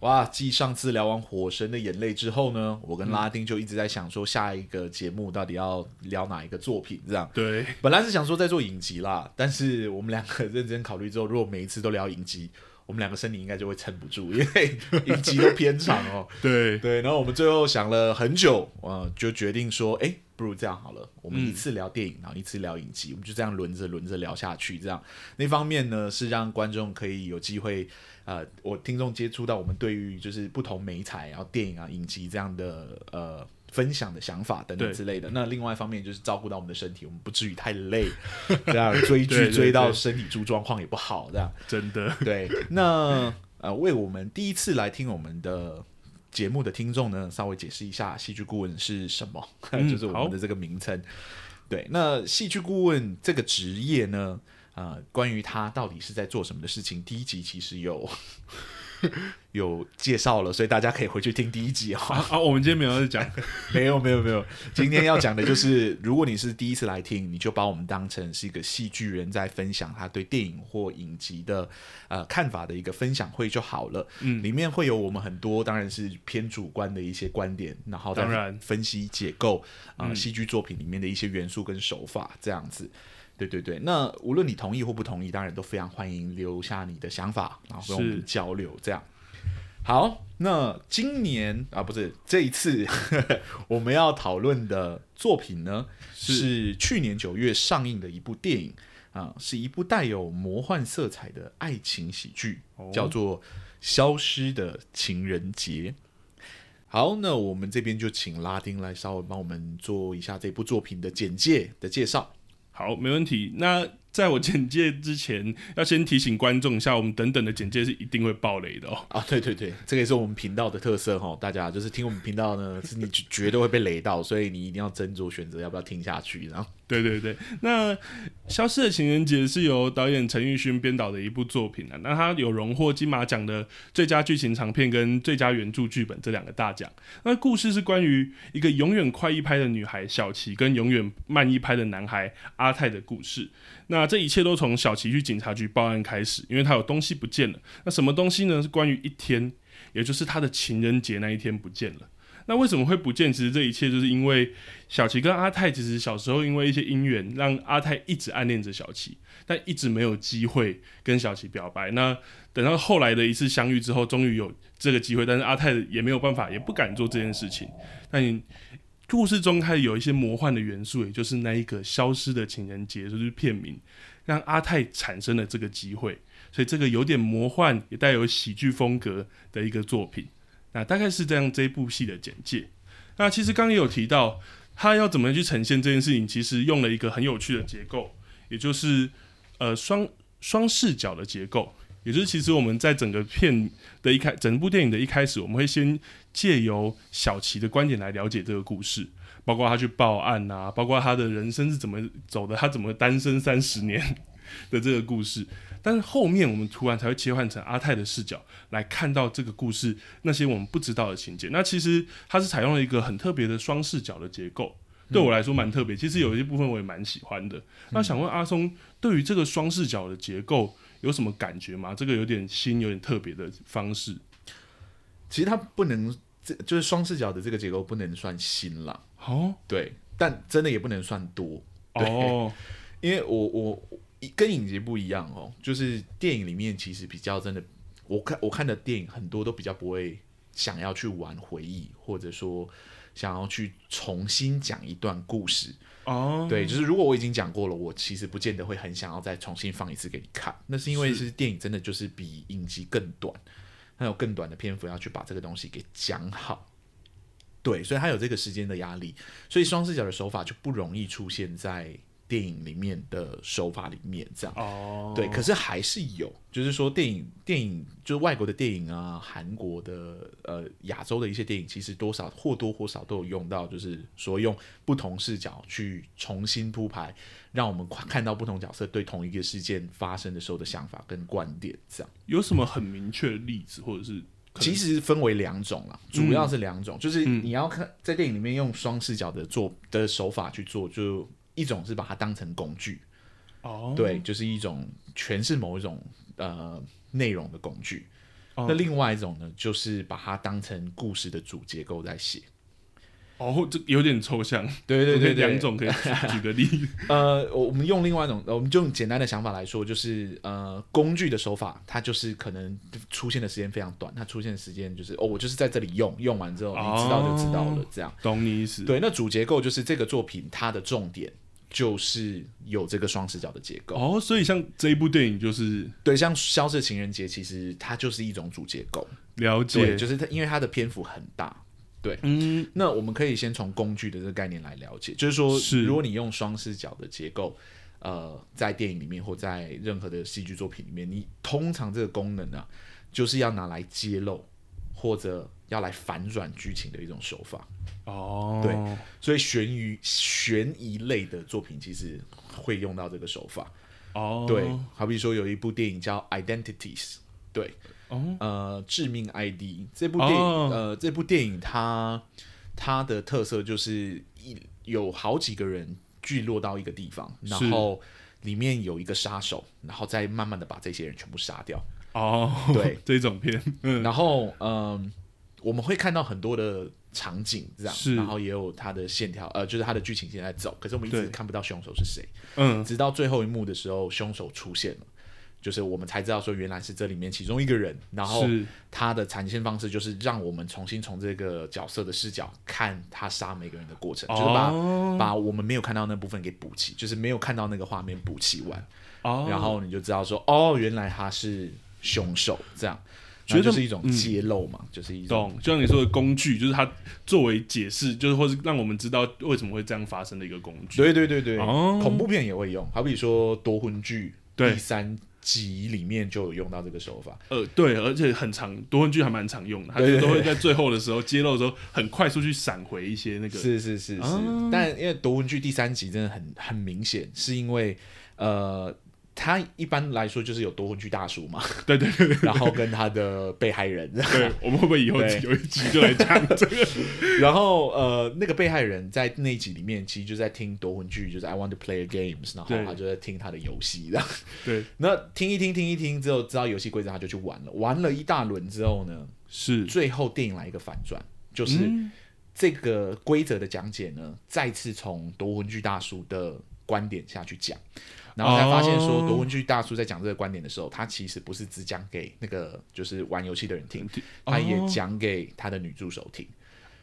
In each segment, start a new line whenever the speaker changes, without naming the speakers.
哇！继上次聊完《火神的眼泪》之后呢，我跟拉丁就一直在想说，下一个节目到底要聊哪一个作品？这样，
对，
本来是想说在做影集啦，但是我们两个 认真考虑之后，如果每一次都聊影集，我们两个身体应该就会撑不住，因为 影集都偏长哦。
对，
对，然后我们最后想了很久，呃，就决定说，哎，不如这样好了，我们一次聊电
嗯
影，然后一次聊影集，我们就这样轮着轮着聊下去。这样，那方面呢是让观众可以有机会，呃，我听众接触到我们对于就是不同媒材，然后电影啊、影集这样的呃。分享的想法等等
对
之类的，那另外一方面就是照顾到我们的身体，我们不至于太 累，这样追
对
剧
对
追到
对
身体出状况也不好，这样。
真的，
对， 那呃，为我们第一次来听我们的节目的听众呢，稍微解释一下戏剧顾问是什么，
嗯
就是我们的这个名称。对，那戏剧顾问这个职业呢，呃，关于他到底是在做什么的事情，第一集其实有 有介绍了，所以大家可以回去听第一集哦哈、
啊啊！我们今天没有在 讲，
没有，没有，没有。今天要讲的就是，如果你是第一次来听，你就把我们当成是一个戏剧人在分享他对电影或影集的呃看法的一个分享会就好了。嗯，里面会有我们很多当然是偏主观的一些观点，然后再
当然嗯
分析解构啊、呃戏剧作品里面的一些元素跟手法这样子。对对对，那无论你同意或不同意，当然都非常欢迎留下你的想法，然后跟我们
是
交流这样。好，那今年啊，不是这一次 我们要讨论的作品呢，是去年九月上映的一部电影啊，是一部带有魔幻色彩的爱情喜剧，
哦
叫做《消失的情人节》。好，那我们这边就请拉丁来稍微帮我们做一下这部作品的简介的介绍。
好，没问题。那在我简介之前，要先提醒观众一下，我们等等的简介是一定会爆雷的哦。
啊，对对对，这个也是我们频道的特色哈，大家就是听我们频道呢，是你绝绝对会被雷到，所以你一定要斟酌选择要不要听下去。然后，
对对对，那《消失的情人节》是由导演陈奕迅编导的一部作品啊，那他有荣获金马奖的最佳剧情长片跟最佳原著剧本这两个大奖。那故事是关于一个永远快一拍的女孩小琪跟永远慢一拍的男孩阿泰的故事。那这一切都从小琪去警察局报案开始，因为她有东西不见了。那什么东西呢？是关于一天，也就是她的情人节那一天不见了。那为什么会不见？其实这一切就是因为小琪跟阿泰其实小时候因为一些因缘，让阿泰一直暗恋着小琪，但一直没有机会跟小琪表白。那等到后来的一次相遇之后，终于有这个机会，但是阿泰也没有办法，也不敢做这件事情。但你故事中开始有一些魔幻的元素，也就是那一个消失的情人节，就是片名，让阿泰产生了这个机会。所以这个有点魔幻，也带有喜剧风格的一个作品。那大概是这样这一部戏的简介。那其实刚刚也有提到，他要怎么去呈现这件事情，其实用了一个很有趣的结构，也就是呃双双视角的结构。也就是，其实我们在整个片的一开，整部电影的一开始，我们会先借由小琪的观点来了解这个故事，包括他去报案啊，包括他的人生是怎么走的，他怎么单身三十年 的这个故事。但是后面我们突然才会切换成阿泰的视角来看到这个故事那些我们不知道的情节。那其实它是采用了一个很特别的双视角的结构，
嗯
对我来说蛮特别。其实有一些部分我也蛮喜欢的。那想问阿松，对于这个双视角的结构有什么感觉吗？这个有点新、有点特别的方式。
其实它不能，这就是双视角的这个结构不能算新啦，
哦
对，但真的也不能算多，对
哦，
因为我我跟影集不一样哦，就是电影里面其实比较真的，我看我看的电影很多都比较不会想要去玩回忆，或者说想要去重新讲一段故事。
哦，
对，就是如果我已经讲过了，我其实不见得会很想要再重新放一次给你看。那是因为
是
是电影真的就是比影集更短，它有更短的篇幅要去把这个东西给讲好。对，所以它有这个时间的压力，所以双视角的手法就不容易出现在电影里面的手法里面这样。
哦，
对，可是还是有，就是说电影电影就是外国的电影啊，韩国的呃亚洲的一些电影，其实多少或多或少都有用到，就是说用不同视角去重新铺排，让我们看看到不同角色对同一个事件发生的时候的想法跟观点这样。
有什么很明确的例子，或者是可能嗯
其实分为两种啦，主要是两种，就是你要看在电影里面用双视角的做的手法去做，就一种是把它当成工具，
哦，
对，就是一种诠释某一种呃内容的工具。
哦
那另外一种呢，就是把它当成故事的主结构在写。
哦，这有点抽象，
对
我可以两。种可以举举个 例子，
呃，我我们用另外一种，呃我们就用简单的想法来说，就是呃，工具的手法，它就是可能出现的时间非常短，它出现的时间就是哦，我就是在这里用，用完之后你知道就知道了，
哦
这样。
懂你意思？
对，那主结构就是这个作品它的重点就是有这个双视角的结构。
哦，所以像这一部电影就是
对，像《消失的情人节》其实它就是一种主结构，对，
了解，
就是它因为它的篇幅很大。
嗯，
那我们可以先从工具的这个概念来了解，就是说，
是
如果你用双视角的结构，呃，在电影里面或在任何的戏剧作品里面，你通常这个功能呢、啊，就是要拿来揭露或者要来反转剧情的一种手法。
哦，
对所以悬疑悬疑类的作品其实会用到这个手法。
哦，
对，好比说有一部电影叫《Identities》，对，
哦
呃，致命 ID 这部电影，
哦
呃，这部电影它它的特色就是一有好几个人聚落到一个地方，然
是
后里面有一个杀手，然后再慢慢的把这些人全部杀掉。
哦，
对，
这种片， 嗯，
然后嗯、我们会看到很多的场景这样，
是
然后也有它的线条，呃，就是它的剧情线在走，可是我们一直
对
看不到凶手是谁，
嗯，
直到最后一幕的时候，凶手出现了。就是我们才知道说，原来是这里面其中一个人，然后
是
他的展现方式就是让我们重新从这个角色的视角看他杀每个人的过程，就是把、
哦
把我们没有看到那部分给补齐，就是没有看到那个画面补齐完，
哦，
然后你就知道说，哦，原来他是凶手，这样，
觉得嗯
那就是一种揭露嘛，就是一种
懂，就像你说的工具，就是它作为解释，就是或是让我们知道为什么会这样发生的一个工具。
对对对对，
哦
恐怖片也会用，好比说夺魂剧
对
第三集里面就有用到这个手法，
呃，对，而且很长，多问句还蛮常用的，它就都会在最后的时候揭露的时候，很快速去闪回一些那个。
是是是是，
啊
但因为夺魂剧第三集真的很很明显，是因为呃。他一般来说就是有夺魂剧大叔嘛，
对对对对
然后跟他的被害人，
对，我们会不会以后
对
有一集就来讲这个？
然后呃，那个被害人在那一集里面其实就在听夺魂剧，就是 I want to play a games，然
对
后他就在听他的游戏这样。
对，
那听一听，听一听之后，知道游戏规则，他就去玩了。玩了一大轮之后呢，
是
最后电影来一个反转，就是
嗯
这个规则的讲解呢，再次从夺魂剧大叔的观点下去讲，然后才发现说，
哦
夺魂剧大叔在讲这个观点的时候，他其实不是只讲给那个就是玩游戏的人听，他也
哦
讲给他的女助手听，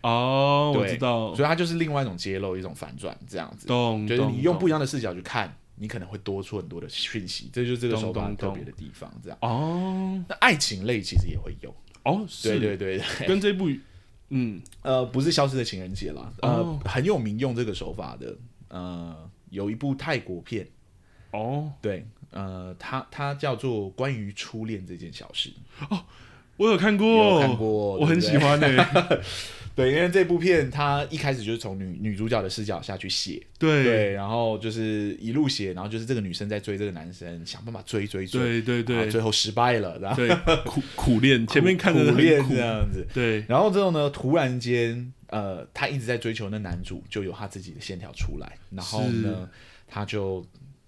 哦，我
对
知道
所，以他就是另外一种揭露，一种反转这样子。
懂，
就是你
懂
用不一
懂
样的视角去看，你可能会多出很多的讯息，这就是这个
懂
手法
懂
很特
懂
别的地方。这样，
哦
那爱情类其实也会有，
哦，是
对对对对。
跟这部嗯
呃，不是消失的情人节啦，呃，
哦
很有名用这个手法的，呃，有一部泰国片，
哦，
对，呃，它它叫做《关于初恋这件小事》，
我有看
有
过，
看过
我很
对
喜
不对
欢欸 诶，
对，因为这部片它一开始就是从女女主角的视角下去写，
对
对，然后就是一路写，然后就是这个女生在追这个男生，想办法追追追，
对对
然
对
后最后失败了，然后
对，苦苦练，前面看着
苦
很
恋
苦
这，样子，
对，
然后之后呢，突然间，呃，他一直在追求那男主，就有他自己的线条出来。然后呢，他就，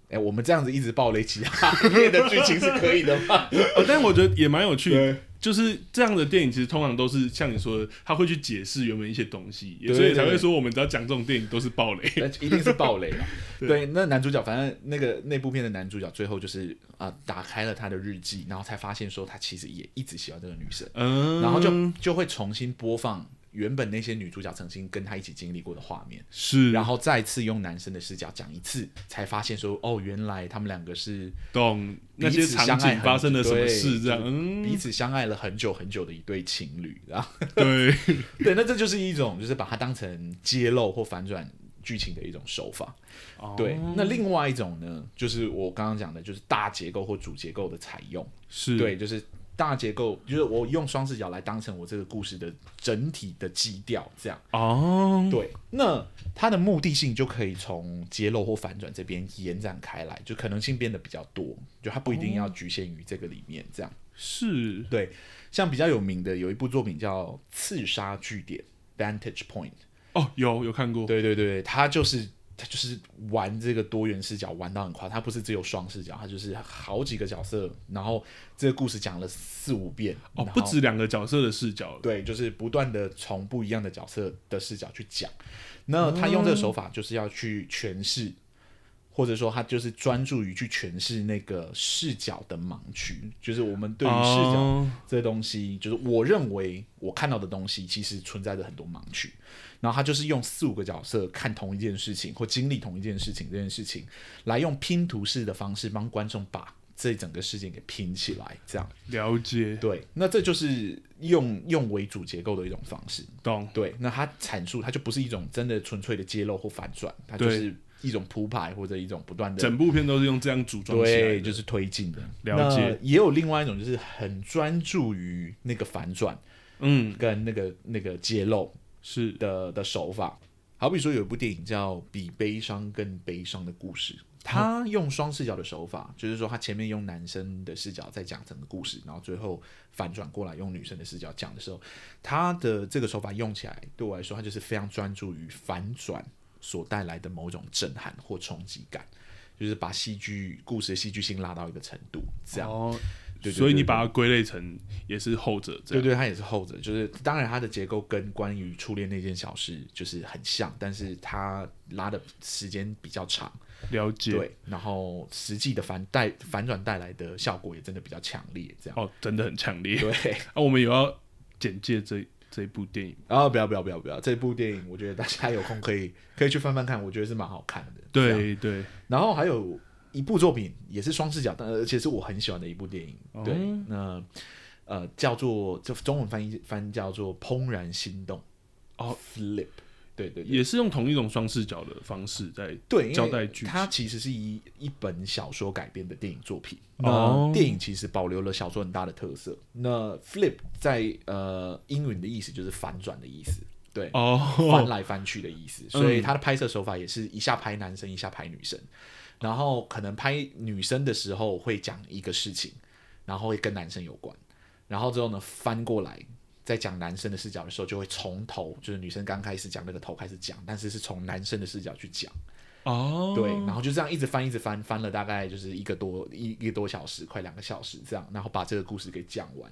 哎、我们这样子一直暴雷其他面的剧情是可以的吗？
呃，但我觉得也蛮有趣，就是这样的电影，其实通常都是像你说的，他会去解释原本一些东西，
对
所以
对
才会
对
说我们只要讲这种电影都是暴雷。
那一定是暴雷了。对，那男主角，反正那个那部片的男主角，最后就是啊、打开了他的日记，然后才发现说他其实也一直喜欢这个女生，
嗯，
然后就就会重新播放原本那些女主角曾经跟他一起经历过的画面。
是，
然
后
后再次用男生的视角讲一次，才发现说哦，原来他们两个是
懂那
彼
些
此
场
相爱
景
很
发生了什么
对
事，这样，
就是彼
嗯，
此相爱了很久很久的一对情侣，然后
对，
对，那这就是一种就是把它当成揭露或反转剧情的一种手法。
哦
对，那另外一种呢，就是我刚刚讲的，就是大结构或主结构的采用。
是
对，就是大结构，就是我用双视角来当成我这个故事的整体的基调，这样。
哦，
对，那它的目的性就可以从揭露或反转这边延展开来，就可能性变得比较多，就它不一定要局限于这个里面这样。
是
对，像比较有名的有一部作品叫《刺杀据点》（Vantage Point），
哦，有有看过，
对对对，它就是。它就是玩这个多元视角，玩到很夸张。它不是只有双视角，它就是好几个角色，然后这个故事讲了四五遍
哦，
然
不
后
止两个角色的视角了，
对，就是不断的从不一样的角色的视角去讲。那他用这个手法，就是要去诠释，或者说他就是专注于去诠释那个视角的盲区，就是我们对于视角
哦
这东西，就是我认为我看到的东西，其实存在着很多盲区。然后他就是用四五个角色看同一件事情或经历同一件事情这件事情，来用拼图式的方式帮观众把这整个事件给拼起来，这样。
了解
对，那这就是用用为主结构的一种方式。
懂
对，那它阐述它就不是一种真的纯粹的揭露或反转，它就是一种铺排或者一种不断的
整部片都是用这样组装起来的，
对，就是推进的。
了解，
也有另外一种就是很专注于那个反转
嗯，
跟那个那个揭露
是
的的手法。好比说有一部电影叫《比悲伤更悲伤的故事》。他用双视角的手法，就是说他前面用男生的视角在讲整个故事，然后最后反转过来用女生的视角讲的时候，他的这个手法用起来，对我来说，他就是非常专注于反转所带来的某种震撼或冲击感，就是把戏剧故事的戏剧性拉到一个程度，这样。
哦，
对对
所以你
对
把它归类成也是后者这
对
样，
对，它也是后者，就是当然它的结构跟关于初恋那件小事就是很像，但是它拉的时间比较长，
了解，
对，然后实际的反带反转带来的效果也真的比较强烈， 这样。
哦，真的很强烈。
对，
啊，我们有要简介这这一部电影，
然后啊不要不要不要不要，这部电影我觉得大家有空可以可以去翻翻看，我觉得是蛮好看的。这样，
对对，
然后还有一部作品也是双视角，但而且是我很喜欢的一部电影，
哦
对，那呃叫做就中文翻译翻叫做《怦然心动》
哦
，Flip，对对对，
也是用同一种双视角的方式在
对，因为
交代剧情，
它其实是以一本小说改编的电影作品。
哦
那电影其实保留了小说很大的特色。那 flip 在呃英文的意思就是反转的意思，对，翻
哦，
来翻去的意思。所以它的拍摄手法也是一下拍男生，一下拍女生，然后可能拍女生的时候会讲一个事情，然后会跟男生有关，然后之后呢翻过来。在讲男生的视角的时候，就会从头，就是女生刚开始讲那个头开始讲，但是是从男生的视角去讲。
哦，
对，然后就这样一直翻，一直翻，翻了大概就是一个多一一个多小时，快两个小时这样，然后把这个故事给讲完。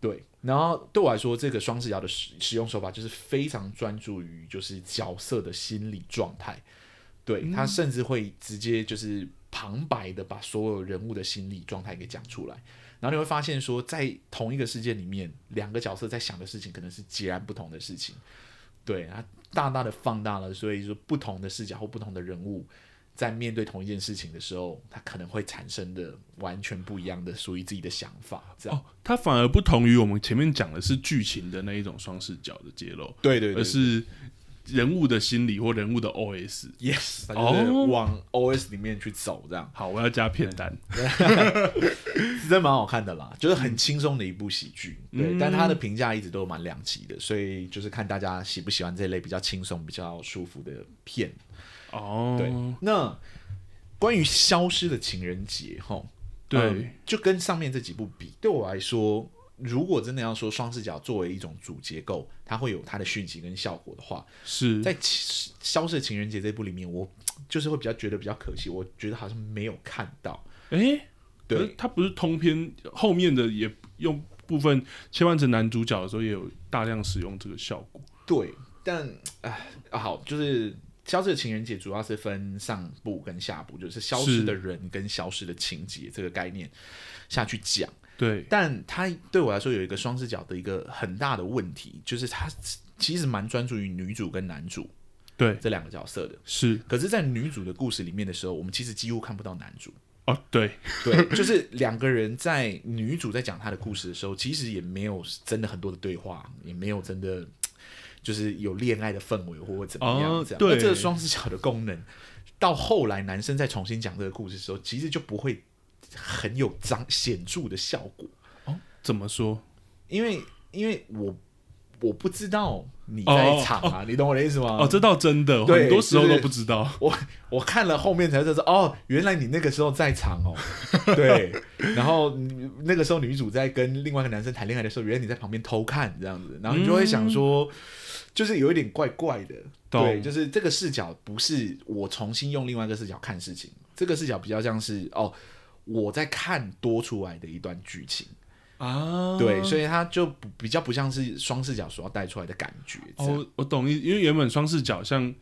对，然后对我来说，这个双视角的使使用手法就是非常专注于就是角色的心理状态，对他甚至会直接就是旁白的把所有人物的心理状态给讲出来，然后你会发现说，在同一个事件里面，两个角色在想的事情可能是截然不同的事情，对，它大大的放大了，所以说不同的视角或不同的人物在面对同一件事情的时候，他可能会产生的完全不一样的属于自己的想法，这样。
哦，它反而不同于我们前面讲的是剧情的那一种双视角的揭露，
对对
而是人物的心理或人物的 OS。
yes，它
哦
就是往 OS 里面去走，这样
好，我要加片单。
是真蛮好看的啦，就是很轻松的一部喜剧。对，但它的评价一直都蛮两极的，所以就是看大家喜不喜欢这类比较轻松、比较舒服的片。
哦，
对，那关于消失的情人节，哈，
对
嗯就跟上面这几部比，对我来说，如果真的要说双视角作为一种主结构，它会有它的讯息跟效果的话，
是
在其《消失的情人节》这部里面，我就是会比较觉得比较可惜，我觉得好像没有看到。
诶，
对
可是它不是通篇后面的也用部分切换成男主角的时候，也有大量使用这个效果。
对，但唉、啊好，就是《消失的情人节》主要是分上部跟下部，就是消失
是
的人跟消失的情节这个概念下去讲。
对，
但它对我来说有一个双视角的一个很大的问题，就是它其实蛮专注于女主跟男主
对，
这两个角色的。
是
可是，在女主的故事里面的时候，我们其实几乎看不到男 主。
哦，对，
对，就是两个人在女主在讲她的故事的时候，其实也没有真的很多的对话，也没有真的就是有恋爱的氛围或者怎么样
哦
这样。
对
那这个双视角的功能，到后来男生再重新讲这个故事的时候，其实就不会很有彰显著的效果，
怎么说？
因为因为我我不知道你在场啊，你懂我的意思吗？
哦，这倒真的，
对
很多时候
就
都
是
不知道。
我我看了后面才知道，哦，原来你那个时候在场哦， 对，然后嗯那个时候女主在跟另外一个男生谈恋爱的时候，原来你在旁边偷看这样子，然后你就会想说，就是有一点怪怪的，
嗯懂
对，就是这个视角不是我重新用另外一个视角看事情，这个视角比较像是哦。我在看多出来的一段剧情，
啊，
对，所以它就不比较不像是双视角所要带出来的感觉。这样
哦，我懂意，因为原本双视角像。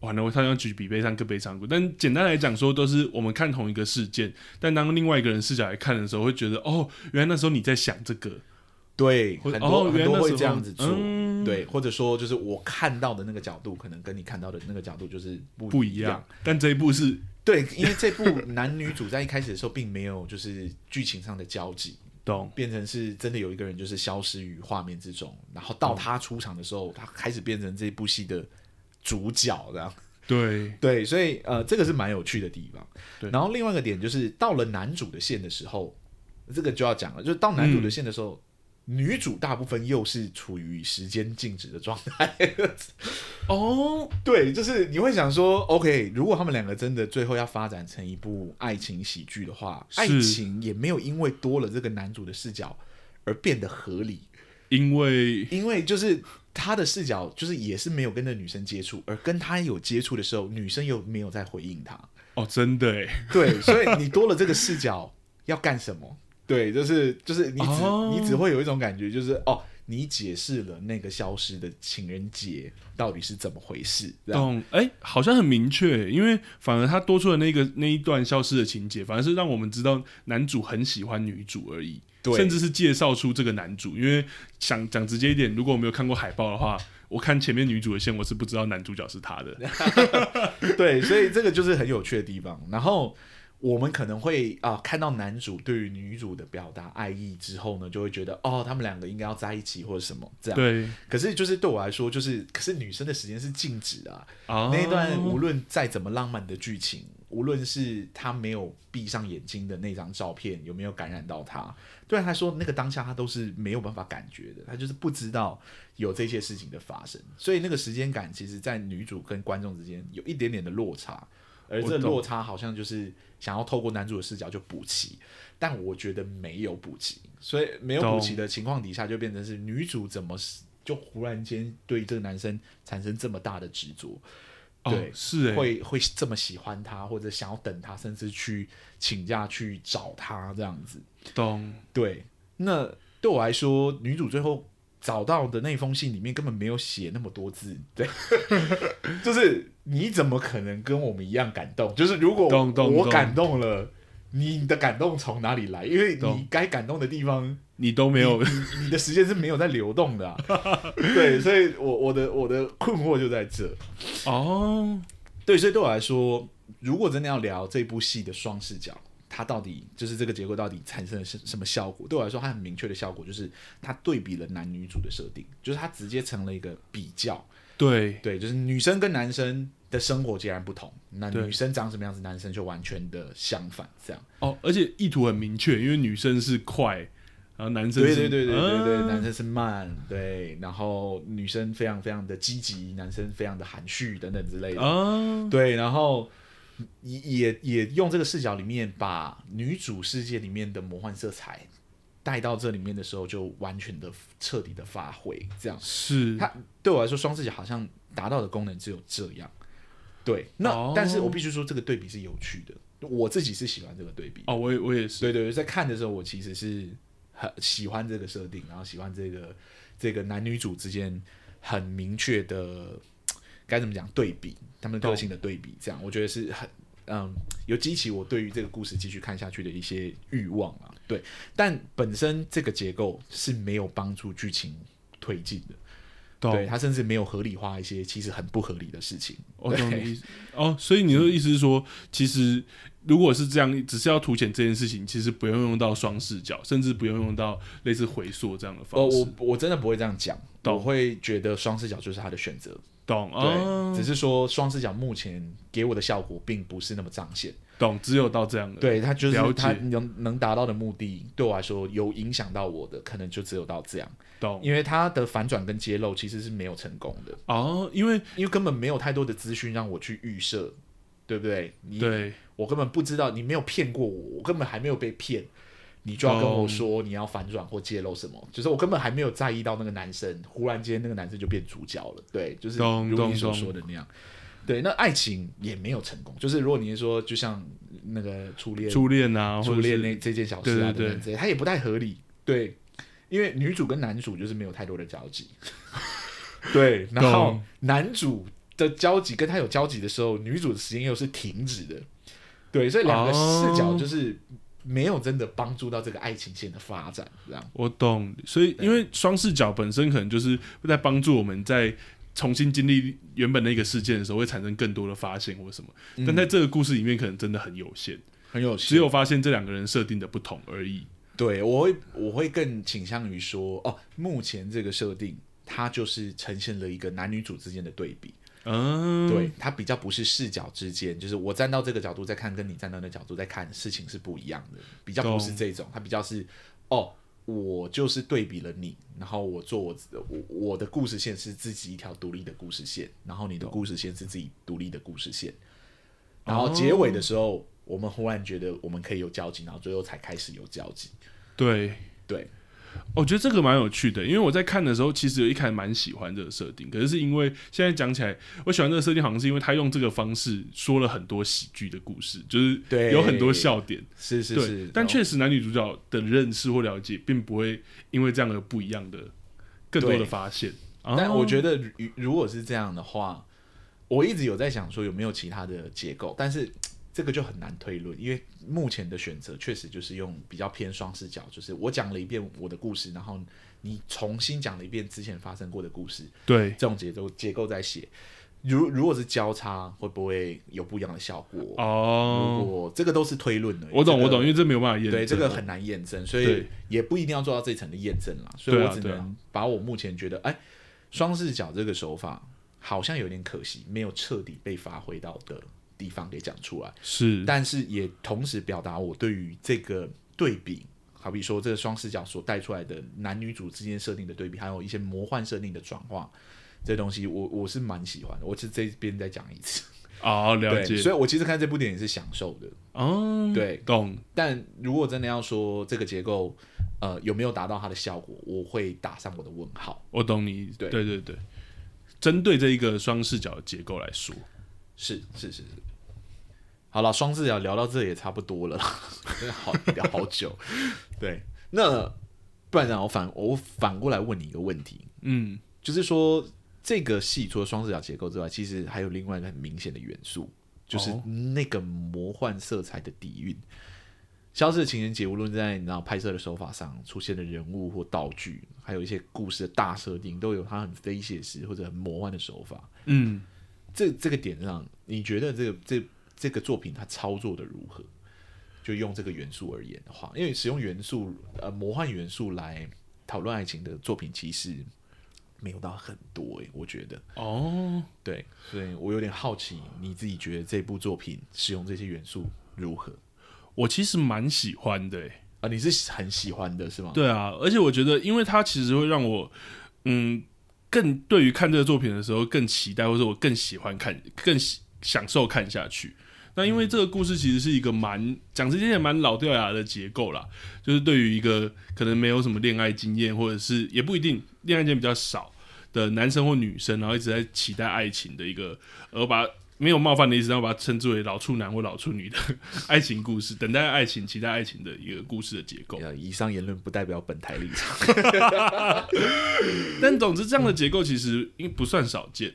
完了，我差点要举比悲伤更悲伤故，但简单来讲说，都是我们看同一个事件，但当另外一个人视角来看的时候，会觉得哦，原来那时候你在想这个，
对，
或
很多、
哦，
很
原来
多
那时
会
候
这样子做。
嗯、
对，或者说就是我看到的那个角度，可能跟你看到的那个角度就是不
不
一
一样。。但这一部是
对，因为这部男女主在一开始的时候并没有就是剧情上的交集，
懂
变成是真的有一个人就是消失于画面之中，然后
嗯
到他出场的时候，他开始变成这部戏的主角这样。
对，
对，所以呃，这个是蛮有趣的地方。
对
然后另外一个点就是到了男主的线的时候，这个就要讲了，就是到男主
嗯
的线的时候。女主大部分又是处于时间静止的状态，
哦，
对，就是你会想说，OK，如果他们两个真的最后要发展成一部爱情喜剧的话，
是
爱情也没有因为多了这个男主的视角而变得合理，
因为
因为就是他的视角就是也是没有跟那女生接触，而跟他有接触的时候，女生又没有在回应他，
哦，真的哎，
对，所以你多了这个视角要干什么？对，就是就是你只、
哦
你只会有一种感觉，就是哦，你解释了那个消失的情人节到底是怎么回事，这样
懂哎、好像很明确，欸因为反而他多出的那个那一段消失的情节，反而是让我们知道男主很喜欢女主而已，
对
甚至是介绍出这个男主。因为想讲直接一点，如果我没有看过海报的话，我看前面女主的线，我是不知道男主角是他的。
啊对，所以这个就是很有趣的地方。然后我们可能会啊、看到男主对于女主的表达爱意之后呢，就会觉得哦，他们两个应该要在一起或者什么这样。
对
可是就是对我来说，就是可是女生的时间是静止的啊，
啊，
那一段无论再怎么浪漫的剧情，无论是他没有闭上眼睛的那张照片有没有感染到他，对他说那个当下他都是没有办法感觉的，他就是不知道有这些事情的发生，所以那个时间感其实，在女主跟观众之间有一点点的落差，而
我
这
懂
落差好像就是想要透过男主的视角就补齐，但我觉得没有补齐，所以没有补
懂
齐的情况底下，就变成是女主怎么是就忽然间对这个男生产生这么大的执着。
哦
对
是哎、
会会这么喜欢他，或者想要等他，甚至去请假去找他这样子。
懂
对，那对我来说，女主最后找到的那封信里面根本没有写那么多字，对， 就是你怎么可能跟我们一样感动？就是如果
懂懂
我
懂
感动了，你的感动从哪里来？因为你
懂
该感动的地方
你都没有
你你你的时间是没有在流动 的啊、对，所以我我的我的困惑就在这。
哦，
对，所以对我来说，如果真的要聊这部戏的双视角，它到底就是这个结构到底产生了是什么效果？对我来说，它很明确的效果就是它对比了男女主的设定，就是它直接成了一个比较。
对
对，就是女生跟男生的生活截然不同，那
对
女生长什么样子，男生就完全的相反，这样。
哦，而且意图很明确，因为女生是快，然后男生
对
是
对对对对对，
啊
男生是慢，对，然后女生非常非常的积极，男生非常的含蓄等等之类的。
啊，
对，然后也也也用这个视角里面，把女主世界里面的魔幻色彩带到这里面的时候，就完全的彻底的发挥。这样，
是
它对我来说，双视角好像达到的功能只有这样。对，那、
哦
但是我必须说，这个对比是有趣的，我自己是喜欢这个对比。
哦，我也我也是，
对对对，在看的时候，我其实是很喜欢这个设定，然后喜欢这个这个男女主之间很明确的该怎么讲对比，他们的个性的对比，这样我觉得是很嗯，有激起我对于这个故事继续看下去的一些欲望啊。对，但本身这个结构是没有帮助剧情推进的。
懂
对啊他甚至没有合理化一些其实很不合理的事情。
我
对
懂你的意思。哦，所以你的意思是说，其实如果是这样，只是要凸显这件事情，其实不用用到双视角，甚至不用用到类似回溯这样的
呃，
方式。
我我真的不会这样讲，
懂
我会觉得双视角就是他的选择。
懂
对，
哦
只，是说双视角目前给我的效果并不是那么彰显。
懂，只有到这样的。
对他就
了
是
解
他能能达到的目的，对我来说有影响到我的，可能就只有到这样。
懂
因为他的反转跟揭露其实是没有成功的，
哦，因为
因为根本没有太多的资讯让我去预设，对不对？你
对
我根本不知道，你没有骗过我，我根本还没有被骗，你就要跟我说你要反转或揭露什么，就是我根本还没有在意到那个男生，忽然间那个男生就变主角了，对，就是
懂
如
懂
你所
懂
说的那样。对，那爱情也没有成功，就是如果你是说，就像那个初恋，
初恋啊，或
初
者是
恋那这件小事啊，
对对对
等等之类，它也不太合理，对，因为女主跟男主就是没有太多的交 集，对，然后
懂
男主的交集跟他有交集的时候，女主的时间又是停止的，对，所以两个
哦
视角就是没有真的帮助到这个爱情线的发展，这样
我懂，所以因为双视角本身可能就是在帮助我们在重新经历原本的一个事件的时候，会产生更多的发现或什么。但
嗯
在这个故事里面，可能真的很有限，
很有趣
只。有发现这两个人设定的不同而已。
对我会我会更倾向于说，哦，目前这个设定。它就是呈现了一个男女主之间的对比，
嗯，
对，它比较不是视角之间，就是我站到这个角度在看，跟你站到那角度在看事情是不一样的，比较不是
懂
这种，它比较是哦，我就是对比了你，然后我做我自我我的故事线是自己一条独立的故事线，然后你的故事线是自己独立的故事线，然
哦
后结尾的时候，我们忽然觉得我们可以有交集，然后最后才开始有交集，
对，哦
对，
我觉得这个蛮有趣的，因为我在看的时候，其实有一开始蛮喜欢这个设定，可是是因为现在讲起来，我喜欢这个设定，好像是因为他用这个方式说了很多喜剧的故事，就是
对
有很多笑点。
是是
对，
是，
但
确
确实男女主角的认识或了解，并不会因为这样而不一样的更多的发现。
但
哦
我觉得如如果是这样的话，我一直有在想说有没有其他的结构，但是这个就很难推论，因为目前的选择确实就是用比较偏双视角，就是我讲了一遍我的故事，然后你重新讲了一遍之前发生过的故事，
对
这种结构结构在写。如如果是交叉，会不会有不一样的效果？如
哦，
果这个都是推论的，
我懂
这
我
个
懂，因为这没有办法验证。
对，这个很难验证，所以
对
也不一定要做到这层的验证啦。所以
对
我
啊
只
对啊
能把我目前觉得，哎、双视角这个手法好像有点可惜，没有彻底被发挥到的地方给讲出来，
是
但是也同时表达我对于这个对比。好比说，这个双视角所带出来的男女主之间设定的对比，还有一些魔幻设定的转化，这东西我我是蛮喜欢的。我是这边再讲一次，
哦，了
对，
解
所以我其实看这部电影是享受的，
哦，
对，
懂
但如果真的要说这个结构，呃，有没有达到它的效果，我会打上我的问号。
我懂你，
对
对对对，针对这一个双视角的结构来说，
是是是是。好了，双视角聊到这也差不多了啦， 真的好聊好久。对，那不然我反我反过来问你一个问题，
嗯，
就是说这个戏除了双视角结构之外，其实还有另外一个很明显的元素，就是
哦
那个魔幻色彩的底蕴。消失的情人节，无论在你知道拍摄的手法上出现的人物或道具，还有一些故事的大设定，都有它很非写实或者很魔幻的手法。
嗯，
这这个点上，你觉得这个这这个作品它操作的如何？就用这个元素而言的话，因为使用元素呃魔幻元素来讨论爱情的作品，其实没有到很多诶、欸我觉得
哦，
对，所以我有点好奇，你自己觉得这部作品使用这些元素如何
我其实蛮喜欢的欸、
啊？你是很喜欢的是吗？
对啊，而且我觉得，因为它其实会让我，嗯，更对于看这个作品的时候更期待，或者我更喜欢看，更喜享受看下去。那因为这个故事其实是一个蛮讲这些也蛮老掉牙的结构啦，就是对于一个可能没有什么恋爱经验，或者是也不一定恋爱经验比较少的男生或女生，然后一直在期待爱情的一个，而把没有冒犯的意思，然后把它称之为老处男或老处女的爱情故事，等待爱情、期待爱情的一个故事的结构。
呃，以上言论不代表本台立场。
但总之，这样的结构其实应不算少见，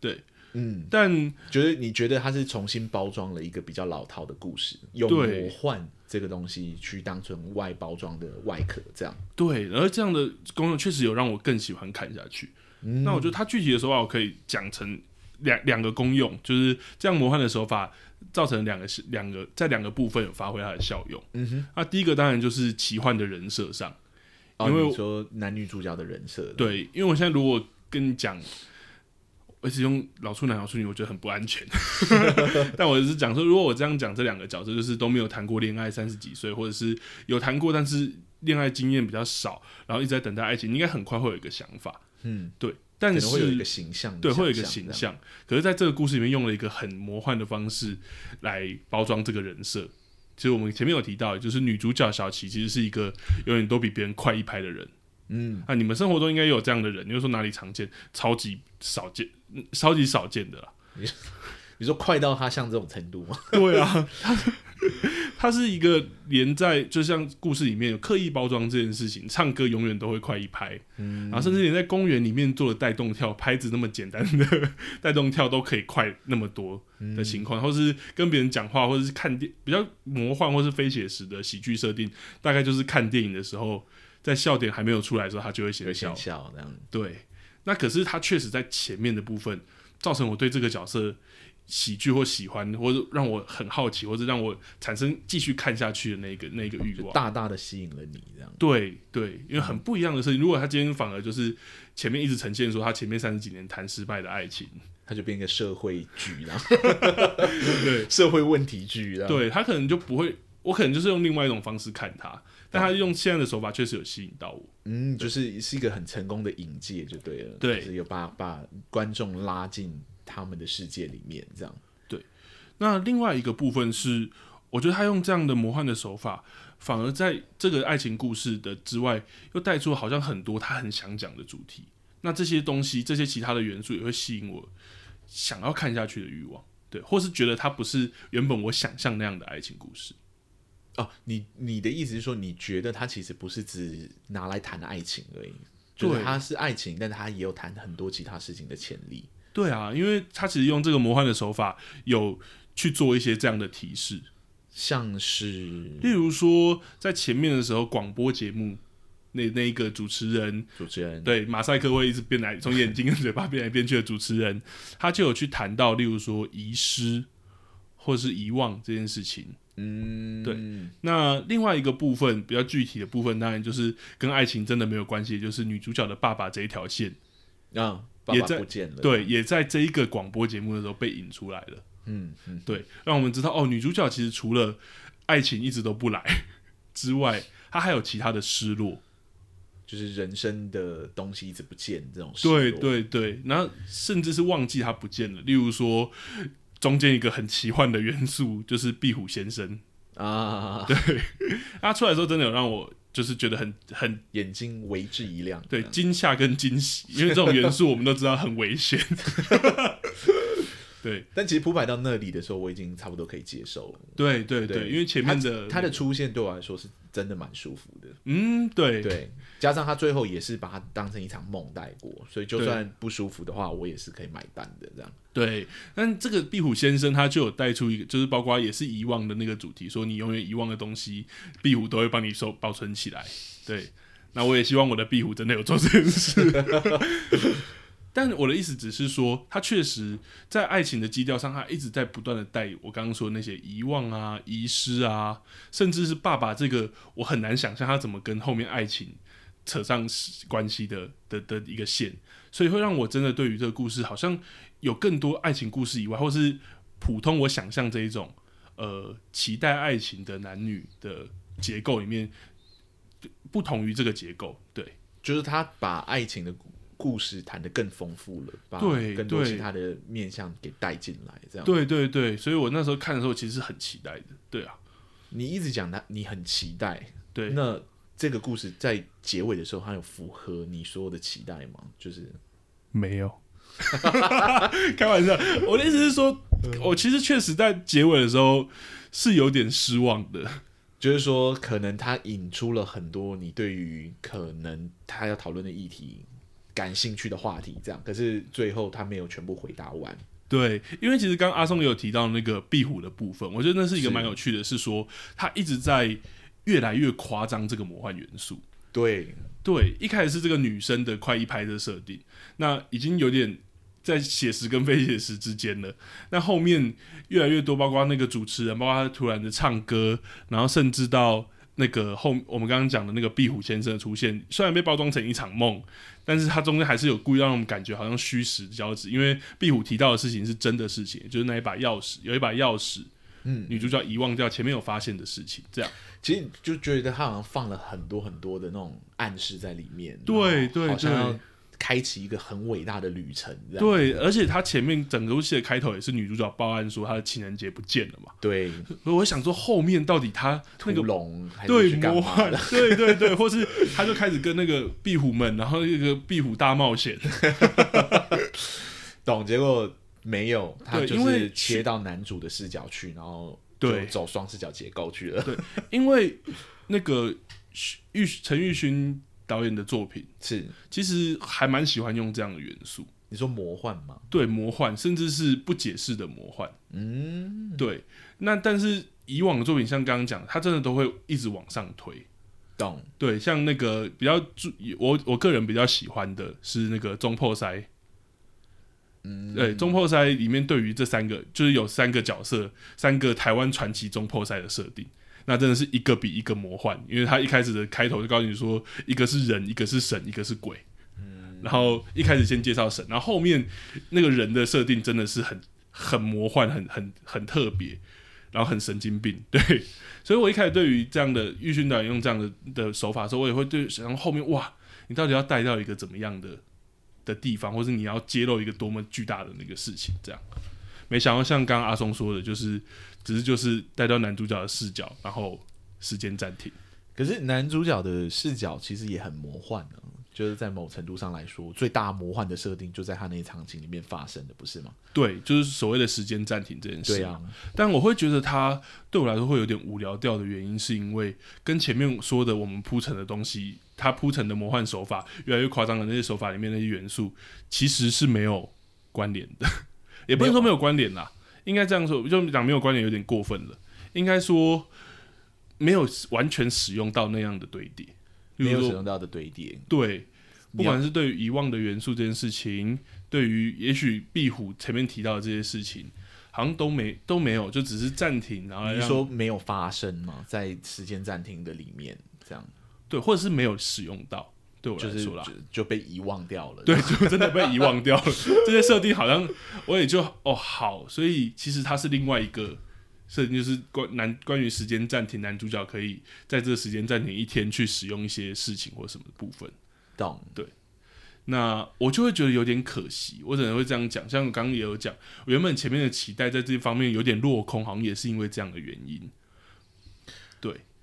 对。
嗯，
但
觉得你觉得它是重新包装了一个比较老套的故事，用
对
魔幻这个东西去当成外包装的外壳，这样。
对，而这样的功能确实有让我更喜欢看下去。
嗯
那我觉得它具体的手法我可以讲成两两个功用，就是这样魔幻的手法造成两个两个在两个部分有发挥它的效用。
嗯哼，
那第一个当然就是奇幻的人设上，
哦
因为
你
我
说男女主角的人设，，
对，因为我现在如果跟你讲，我只用老处男老处女，我觉得很不 安全。 但我是讲说，如果我这样讲这两个角色，就是都没有谈过恋爱，三十几岁，或者是有谈过但是恋爱经验比较少，然后一直在等待爱情，你应该很快会有一个想法。
嗯，
对，
可
但
能会有一
是
个形象的想象，
对，会有一个
这样
形。象。可是在这个故事里面，用了一个很魔幻的方式来包装这个人设。其实我们前面有提到，就是女主角小琪其实是一个永远都比别人快一拍的人。
嗯，
啊，你们生活中应该也有这样的人，你就说哪里常见？超级少见，嗯超级少见的啦。
你说快到他像这种程 度吗？
对啊，他是一个连在就像故事里面有刻意包装这件事情，唱歌永远都会快一拍，然后甚至连在公园里面做的带动跳拍子那么简单的 带动跳都可以快那么多的情况，或是跟别人讲话，或者是看电比较魔幻或是非写实的喜剧设定，大概就是看电影的时候，在笑点还没有出来的时候，他就会
有
先笑
先。笑这样，
对，那可是他确实在前面的部分造成我对这个角色喜剧或喜欢，或者让我很好奇，或者让我产生继续看下去的那个那个欲
就
望。
大嗯大的吸引了你这样。
对对，因为很不一样的事情。如果他今天反而就是前面一直呈现说他前面三十几年谈失败的爱情，
它就变一个社会剧啦，
对，
社会问题剧啦。，
对他可能就不会，我可能就是用另外一种方式看他，但他用现在的手法确实有吸引到我。
嗯，就是是一个很成功的引介就对了，
对
就是有把把观众拉进他们的世界里面这样。
那另外一个部分是，我觉得他用这样的魔幻的手法，反而在这个爱情故事的之外，又带出好像很多他很想讲的主题。那这些东西，这些其他的元素也会吸引我想要看下去的欲望，对，或是觉得它不是原本我想象那样的爱情故事。
哦，你你的意思是说，你觉得它其实不是只拿来谈爱情而已，就是
对
它是爱情，但它也有谈很多其他事情的潜力。
对啊，因为他其实用这个魔幻的手法，有去做一些这样的提示，
像是
例如说在前面的时候，广播节目那那一个主持人
主持人，
对，马赛克会一直变来，从眼睛跟嘴巴变来变去的主持人，他就有去谈到，例如说遗失或是遗忘这件事情。
嗯，
对，那另外一个部分比较具体的部分，当然就是跟爱情真的没有关系，就是女主角的爸爸这一条线，
啊，爸
也
爸
在
不见了，
对，也在这一个广播节目的时候被引出来了。
嗯嗯，
对，让我们知道哦，女主角其实除了爱情一直都不来 之外，她还有其他的失落。
就是人生的东西一直不见这种哦失落
对，对对，然后甚至是忘记他不见了。例如说，中间一个很奇幻的元素就是壁虎先生，
啊，
他出来的时候真的有让我就是觉得很很
眼睛为之一亮，
对惊吓跟惊喜，因为这种元素我们都知道很危险。 对
但其实铺排到那里的时候，我已经差不多可以接受了。
对对
对
对，因为前面的
他的出现对我来说是真的蛮舒服的，
嗯对
对，加上他最后也是把它当成一场梦带过，所以就算不舒服的话，我也是可以买单的。这样，
对，但这个壁虎先生他就有带出一个，就是包括也是遗忘的那个主题，说你永远遗忘的东西，壁虎都会帮你收保存起来。对，那我也希望我的壁虎真的有做这件事。但我的意思只是说，他确实在爱情的基调上，他一直在不断的带我刚刚说的那些遗忘啊、遗失啊，甚至是爸爸这个，我很难想象他怎么跟后面爱情扯上关系的的的一个线，所以会让我真的对于这个故事好像有更多爱情故事以外，或是普通我想象这一种呃期待爱情的男女的结构里面，不同于这个结构。对
就是他把爱情的故事谈得更丰富了，把
对
更多
对
其他的面向给带进来。这样，
对对对，所以我那时候看的时候其实是很期待的。对啊，
你一直讲他，你很期待，
对，
那这个故事在结尾的时候，它有符合你所有的期待吗？就是
没有。 开玩笑，我的意思是说，我其实确实在结尾的时候是有点失望的。
就是说，可能他引出了很多你对于可能他要讨论的议题感兴趣的话题，这样。可是最后他没有全部回答完，
对，因为其实刚刚阿松也有提到那个壁虎的部分，我觉得那是一个
是
蛮有趣的，是说他一直在越来越夸张这个魔幻元素。
对，
对，一开始是这个女生的快一拍的设定，那已经有点在写实跟非写实之间了。那后面越来越多，包括那个主持人，包括他突然的唱歌，然后甚至到那个后我们刚刚讲的那个壁虎先生的出现，虽然被包装成一场梦，但是他中间还是有故意让我们感觉好像虚实交织，因为壁虎提到的事情是真的事情，就是那一把钥匙，有一把钥匙。
嗯，
女主角遗忘掉前面有发现的事情，这样
其实就觉得他好像放了很多很多的那种暗示在里面，
对
然后
对
好像
对
要开启一个很伟大的旅程，这样
对，而且他前面整个戏的开头也是女主角报案说她的情人节不见了嘛，
对，
所以我想说后面到底他
屠
那个
龙还是
对
去干
魔
嘛
幻
的？，
对对对，或是他就开始跟那个壁虎们，然后那个壁虎大 冒险，
懂？结果没有，他
对
就
因
是
为
切到男主的视角去，然后
对
就走双视角结构去了，
因为那个玉陈玉勋导演的作品，
是。
其实还蛮喜欢用这样的元素，
你说魔幻吗？
对魔幻，甚至是不解释的魔幻，
嗯，
对。那但是以往的作品，像刚刚讲，他真的都会一直往上推，
懂。
对，像那个比较注，我我个人比较喜欢的是那个中破塞。嗯，对，中破塞里面对于这三个，就是有三个角色，三个台湾传奇中破塞的设定，那真的是一个比一个魔幻，因为他一开始的开头就告诉你说，一个是人，一个是神，一个是鬼。然后一开始先介绍神，然后后面那个人的设定真的是很很魔幻，很很很特别，然后很神经病，对，所以我一开始对于这样的预训导演用这样的的手法的时候，我也会对想后面哇，你到底要带到一个怎么样的的地方，或是你要揭露一个多么巨大的那个事情，这样。没想到像刚刚阿松说的，就是只是就是带到男主角的视角，然后时间暂停。
可是男主角的视角其实也很魔幻呢、就是在某程度上来说，最大魔幻的设定就在他那一场景里面发生的，不是吗？
对，就是所谓的时间暂停这件事。
对啊，
但我会觉得它对我来说会有点无聊掉的原因，是因为跟前面说的我们铺陈的东西，它铺陈的魔幻手法越来越夸张的那些手法里面那些元素，其实是没有关联的，也不能说没有关联啦，应该这样说，就讲没有关联有点过分了，应该说没有完全使用到那样的堆叠，
没
例
有
如
使
说
用到的堆叠，
对，
你
不
要
管是对于遗忘的元素这件事情，对于也许壁虎前面提到的这些事情，好像都没都没有，就只是暂停，然后
你
让
是说没有发生吗？在时间暂停的里面，这样
对，或者是没有使用到，对我
就
来
是
说
就
啦。
就被遗忘掉了。
对，， 就真的被遗忘掉了。 这些设定好像我也就哦好，所以其实它是另外一个设定，就是关男关于时间暂停，男主角可以在这个时间暂停一天去使用一些事情或什么部分。
懂。
那我就会觉得有点可惜，我只能会这样讲。像我刚刚也有讲，我原本前面的期待在这方面有点落空，好像也是因为这样的原因。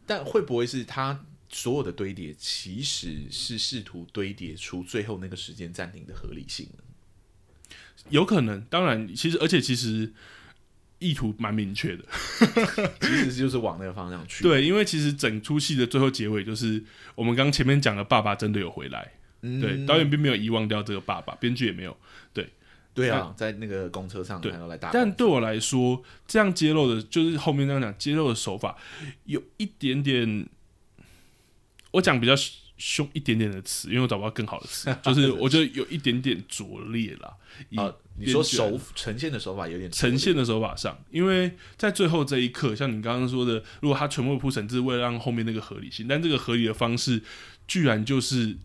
但会不会是他所有的堆叠其实是试图堆叠出最后那个时间暂停的合理性呢？
有可能，当然，其实而且其实意图蛮明确的，
其实就是往那个方向去。，
对，因为其实整出戏的最后结尾就是我们刚前面讲的爸爸真的有回来，
嗯
对，导演并没有遗忘掉这个爸爸，编剧也没有，
对啊，在那个公车上
对
看到来打工，
但对我来说，这样揭露的，就是后面那样讲揭露的手法，有一点点，我讲比较凶一点点的词，因为我找不到更好的词，就是我觉得有一点点拙劣啦。以
啊，你说
编剧来
手呈现的手法有点
呈现的手法上，因为在最后这一刻，像你刚刚说的，如果他全部铺陈，是为了让后面那个合理性，但这个合理的方式，居然就是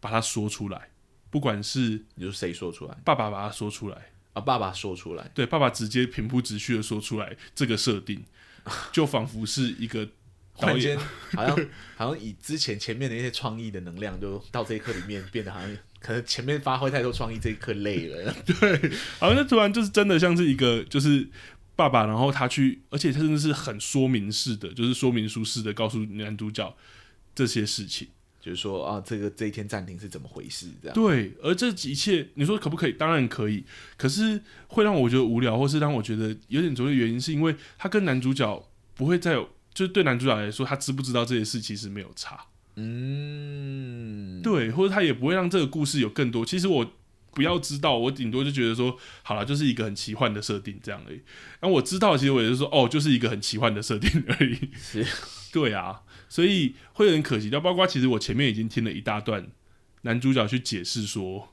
把它说出来，不管是
你说谁说出来
爸爸把它说出来。
啊？爸爸说出来，
对，爸爸直接平铺直叙的说出来这个设定，就仿佛是一个
忽
导
然间
演。
好像 好像以之前前面的一些创意的能量，就到这一刻里面变得好像可能前面发挥太多创意，这一刻累了。
好像突然就是真的像是一个就是爸爸，然后他去，而且他真的是很说明式的，就是说明书式的告诉男主角这些事情。
就是说啊，这个这一天暂停是怎么回事？这样
对，而这一切你说可不可以？当然可以，可是会让我觉得无聊，或是让我觉得有点拙劣的原因，是因为他跟男主角不会再有，就是对男主角来说，他知不知道这些事其实没有差。
嗯，
对，或者他也不会让这个故事有更多。其实我不要知道，我顶多就觉得说，好了，就是一个很奇幻的设定这样而已。然后我知道，其实我也是说，哦，就是一个很奇幻的设定而已。
是，
对啊，所以会很可惜。但包括其实我前面已经听了一大段男主角去解释说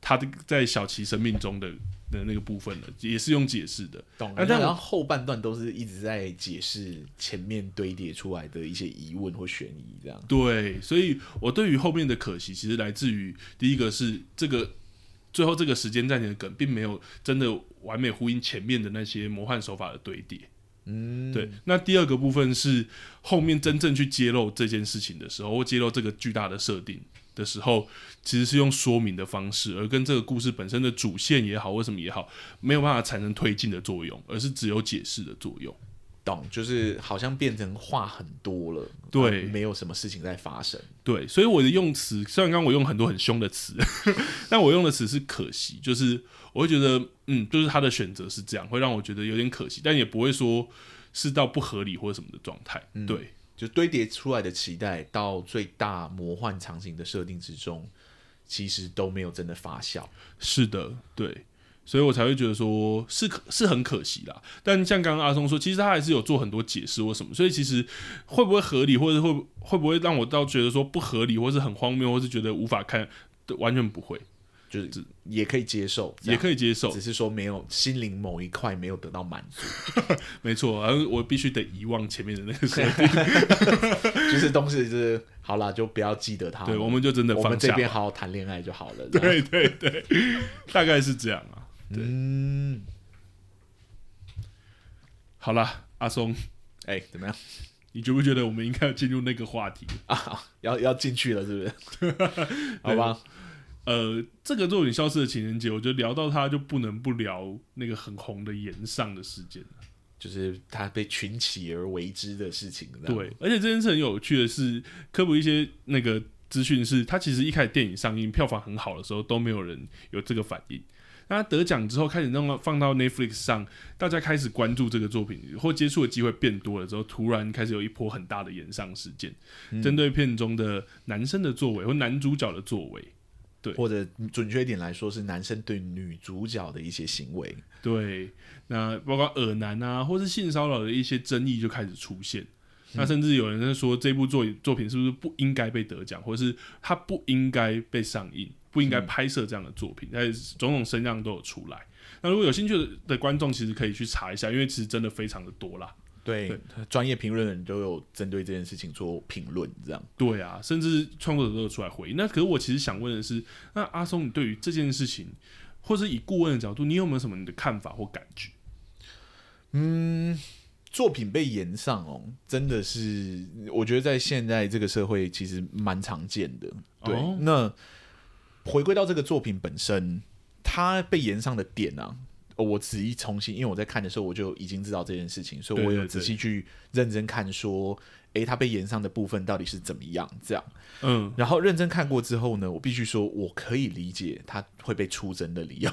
他的在小琪生命中的的那个部分了，也是用解释的。
懂
啊
了。
但
但
我
然后后半段都是一直在解释前面堆叠出来的一些疑问或悬疑，这样
对，所以我对于后面的可惜，其实来自于第一个是这个最后这个时间暂停的梗，并没有真的完美呼应前面的那些魔幻手法的堆叠。嗯，对。那第二个部分是后面真正去揭露这件事情的时候，或揭露这个巨大的设定的时候，其实是用说明的方式，而跟这个故事本身的主线也好，或什么也好，没有办法产生推进的作用，而是只有解释的作用。
懂，就是好像变成话很多了，
对
啊没有什么事情在发生。
对，所以我的用词，虽然刚刚我用很多很凶的词， 但我用的词是可惜，就是我会觉得，嗯，就是他的选择是这样，会让我觉得有点可惜，但也不会说是到不合理或者什么的状态。
嗯
对，
就堆叠出来的期待，到最大魔幻场景的设定之中，其实都没有真的发酵。
是的，对，所以我才会觉得说是可是很可惜啦。但像刚刚阿松说，其实他还是有做很多解释或什么，所以其实会不会合理，或者会不会不会让我到觉得说不合理，或是很荒谬，或是觉得无法看，完全不会，
就是也可以接受，这
也
样
可以接受
只。是说没有心灵某一块没有得到满足，
没错，而我必须得遗忘前面的那个设定。
就是东西就是好啦，就不要记得它了。
对，我们就真的
我
放
们这
下吧。
边好好谈恋爱就好了。这样，
对对对，大概是这样啊。
嗯，
好啦，阿松，
哎、怎么样
你觉不觉得我们应该要进入那个话题？
啊？要要进去了是不是？ 好吧，
呃，这个作品《消失的情人节》，我觉得聊到它就不能不聊那个很红的岩上的事件了。
就是他被群起而为之的事情。这样，
对，而且这件事很有趣的是，科普一些那个资讯是，它其实一开始电影上映票房很好的时候都没有人有这个反应。那它得奖之后开始弄到放到 Netflix 上，大家开始关注这个作品或接触的机会变多了之后，突然开始有一波很大的延上事件，
嗯
针、对片中的男生的作为或男主角的作为。
或者准确一点来说，是男生对女主角的一些行为。
对，那包括耳男啊，或是性骚扰的一些争议就开始出现。那
嗯
甚至有人在说，这部作作品是不是不应该被得奖，或者是它不应该被上映，不应该拍摄这样的作品，在种种声浪都有出来。那如果有兴趣的的观众，其实可以去查一下，因为其实真的非常的多啦。
对，专业评论人都有针对这件事情做评论，这样
对啊，甚至创作者都有出来回应。那可是我其实想问的是，那阿松，你对于这件事情，或是以顾问的角度，你有没有什么你的看法或感觉？
作品被延上哦，真的是我觉得在现在这个社会其实蛮常见的。对，
哦
那回归到这个作品本身，它被延上的点啊。呃我仔细重新，因为我在看的时候我就已经知道这件事情，所以我
对
有
对
仔
对
细去认真看，说，诶，它被延上的部分到底是怎么样？这样，
嗯，
然后认真看过之后呢，我必须说，我可以理解他会被出征的理由。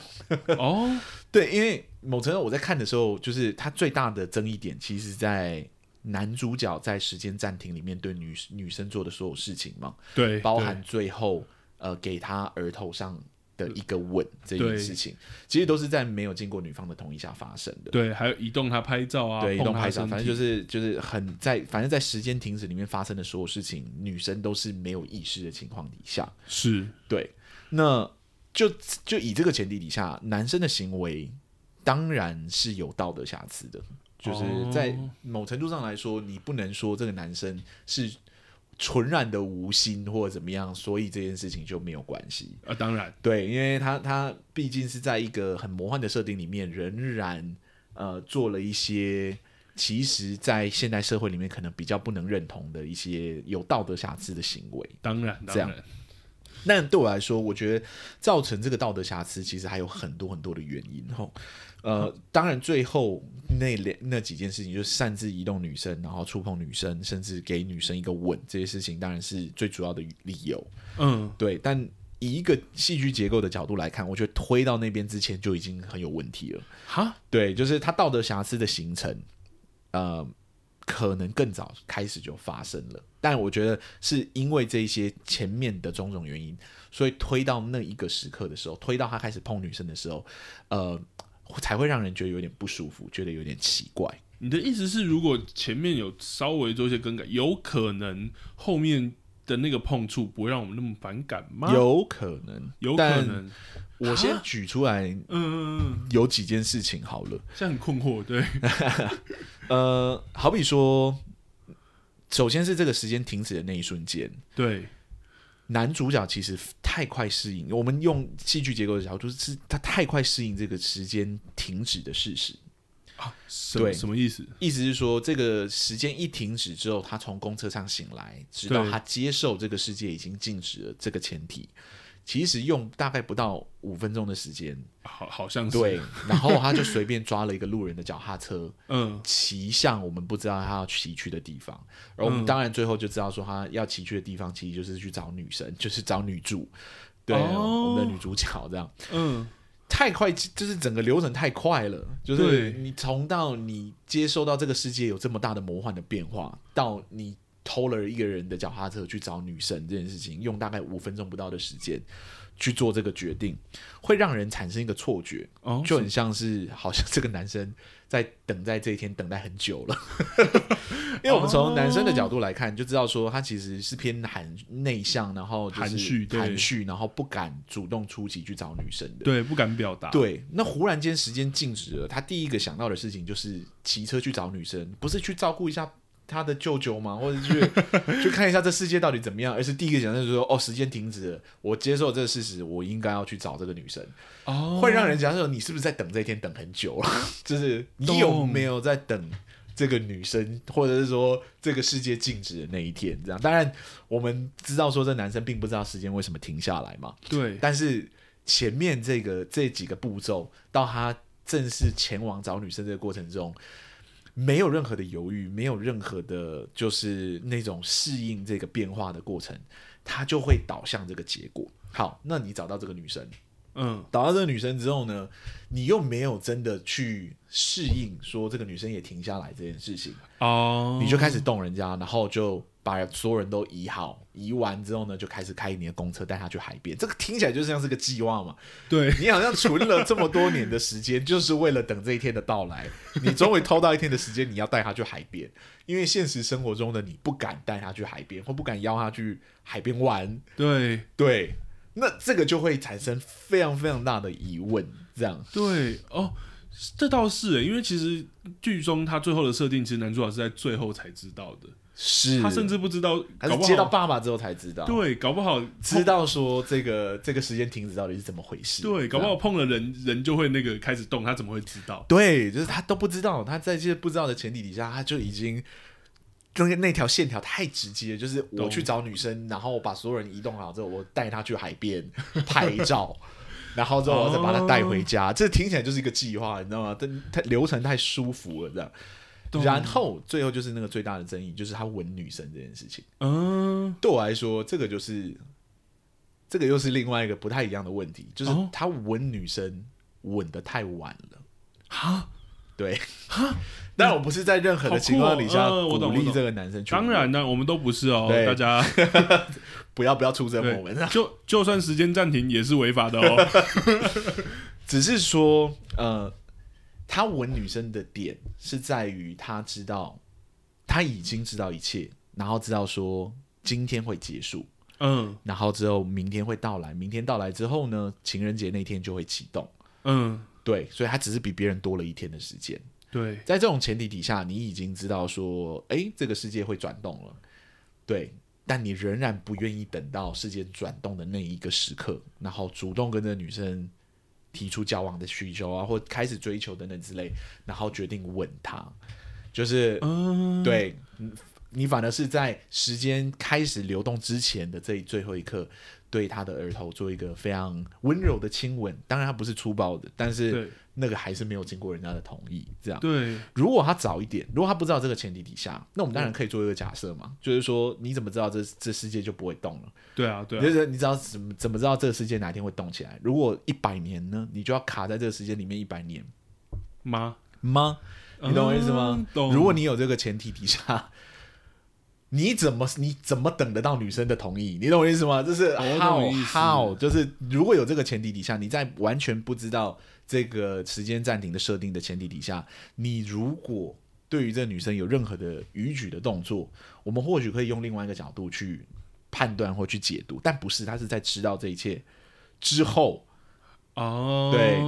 哦，
对，因为某程度我在看的时候，就是它最大的争议点，其实在男主角在时间暂停里面对女女生做的所有事情嘛，
对，
包
对
含最后呃给他额头上的一个吻这件
对
事情，其实都是在没有经过女方的同意下发生的。
对，还有移动他拍照啊，
对，移
碰
动
他
拍照，
身
反正
体
就是就是很在，反正在时间停止里面发生的所有事情，女生都是没有意识的情况底下，
是
对，那就就以这个前提底下，男生的行为当然是有道德瑕疵的，就是
哦
在某程度上来说，你不能说这个男生是纯然的无心或者怎么样，所以这件事情就没有关系。
啊，当然
对，因为他他毕竟是在一个很魔幻的设定里面，仍然呃做了一些其实在现代社会里面可能比较不能认同的一些有道德瑕疵的行为。
当然当
这样
然，
但对我来说，我觉得造成这个道德瑕疵，其实还有很多很多的原因吼。呃，当然最后那两那几件事情，就是擅自移动女生，然后触碰女生，甚至给女生一个吻，这些事情当然是最主要的理由。
嗯，
对，但以一个戏剧结构的角度来看，我觉得推到那边之前就已经很有问题了。
哈，
对，就是他道德瑕疵的形成，呃，可能更早开始就发生了。但我觉得是因为这一些前面的种种原因，所以推到那一个时刻的时候，推到他开始碰女生的时候，呃，才会让人觉得有点不舒服，觉得有点奇怪。
你的意思是，如果前面有稍微做一些更改，有可能后面的那个碰触不会让我们那么反感吗？，
有可能，
有可
但
能。
我先举出来
嗯嗯，嗯，
有几件事情好了。
这样很困惑，对，
呃，好比说，首先是这个时间停止的那一瞬间，
对，
男主角其实太快适应。我们用戏剧结构的角度，就是他太快适应这个时间停止的事实。
啊什
对
什么意思？
意思是说，这个时间一停止之后，他从公车上醒来，直到
对
他接受这个世界已经静止了这个前提，其实用大概不到五分钟的时间，
好，好像是，
对，然后他就随便抓了一个路人的脚踏车，
嗯，
骑向我们不知道他要骑去的地方，而我们当然最后就知道说他要骑去的地方其实就是去找女神， 就是找女主，对，
哦
我们的女主角这样。
嗯，
太快，就是整个流程太快了，就
对
是你从到你接收到这个世界有这么大的魔幻的变化，到你偷了一个人的脚踏车去找女神这件事情，用大概五分钟不到的时间去做这个决定，会让人产生一个错觉，
哦，
就很像是好像这个男生在等在这一天等待很久 了，因为我们从男生的角度来看，就知道说他其实是偏含内向，然后就是
含蓄对
含蓄，然后不敢主动出击去找女生的。
对，啊不敢表达，，
对，那忽然间时间静止了，他第一个想到的事情就是骑车去找女生，不是去照顾一下他的舅舅吗？或者去 去看一下这世界到底怎么样，而是第一个想到就是说，哦，时间停止了，我接受这个事实，我应该要去找这个女生，
哦，
会让人家说你是不是在等这一天等很久了？ 就是你有
懂
没有在等？这个女生，或者是说这个世界静止的那一天，这样。当然，我们知道说这男生并不知道时间为什么停下来嘛，
对，
但是前面这个这几个步骤，到他正式前往找女生这个过程中，没有任何的犹豫，没有任何的，就是那种适应这个变化的过程，他就会导向这个结果。好，那你找到这个女生，
嗯，
找到这个女生之后呢，你又没有真的去适应，说这个女生也停下来这件事情，
哦，
你就开始动人家，然后就把所有人都移好，移完之后呢，就开始开你的公车带她去海边。这个听起来就像是个计划嘛，
对，
你好像存了这么多年的时间，就是为了等这一天的到来。你终于偷到一天的时间，你要带她去海边，因为现实生活中的你不敢带她去海边，或不敢邀她去海边玩。
对，
对，那这个就会产生非常非常大的疑问，这样。
对，哦。这倒是欸耶，因为其实剧中他最后的设定，其实男主角是在最后才知道的，
是
他甚至不知道，
还
搞
是
不
接到
好
爸爸之后才知道，
对，搞不好
知道说这个这个时间停止到底是怎么回事。啊
对，搞
这
不
样
好碰了人，人就会那个开始动，他怎么会知道？
对，就是他都不知道，他在这些不知道的前提底下，他就已经那个那条线条太直接，就是我
懂
去找女生，然后我把所有人移动好之后，我带她去海边拍 照，然后之后我再把她带回家。
哦
这听起来就是一个计划，你知道吗？但它流程太舒服了，这样。
懂
然后最后就是那个最大的争议，就是他吻女生这件事情。
嗯，
对我来说，这个就是这个又是另外一个不太一样的问题，就是
哦
他吻女生吻的太晚了。
哈，
对， 但我不是在任何的情况底下
好酷哦嗯我
鼓
懂我
励
懂
这个男生去，
当然呢，我们都不是哦，
对
大家
不要不要出征我们，啊
对，就就算时间暂停也是违法的 哦。
只是说呃，他吻女生的点是在于他知道他已经知道一切，然后知道说今天会结束，
嗯
然后之后明天会到来，明天到来之后呢，情人节那天就会启动。
嗯，
对，所以他只是比别人多了一天的时间。
对，
在这种前提底下，你已经知道说，哎，这个世界会转动了，对，但你仍然不愿意等到世界转动的那一个时刻，然后主动跟这个女生提出交往的需求啊，或开始追求等等之类，然后决定吻她，就是、
嗯，
对。你你反而是在时间开始流动之前的这最后一刻，对她的额头做一个非常温柔的亲吻。当然，她不是粗暴的，但是
对
那个还是没有经过人家的同意。这样，
对，
如果他早一点，如果他不知道这个前提底下，那我们当然可以做一个假设嘛，就是说你怎么知道这这世界就不会动了？
对啊，对
就
啊，
是你知道怎么怎么知道这个世界哪一天会动起来？如果一百年呢，你就要卡在这个时间里面一百年
妈，
吗？你懂我意思吗
嗯？懂。
如果你有这个前提底下， 你怎么你怎么等得到女生的同意？你懂我意思吗？就是 how
我懂你意思
how，就是如果有这个前提底下，你在完全不知道这个时间暂停的设定的前提底下，你如果对于这女生有任何的逾矩的动作，我们或许可以用另外一个角度去判断或去解读，但不是，他是在知道这一切之后
哦，
对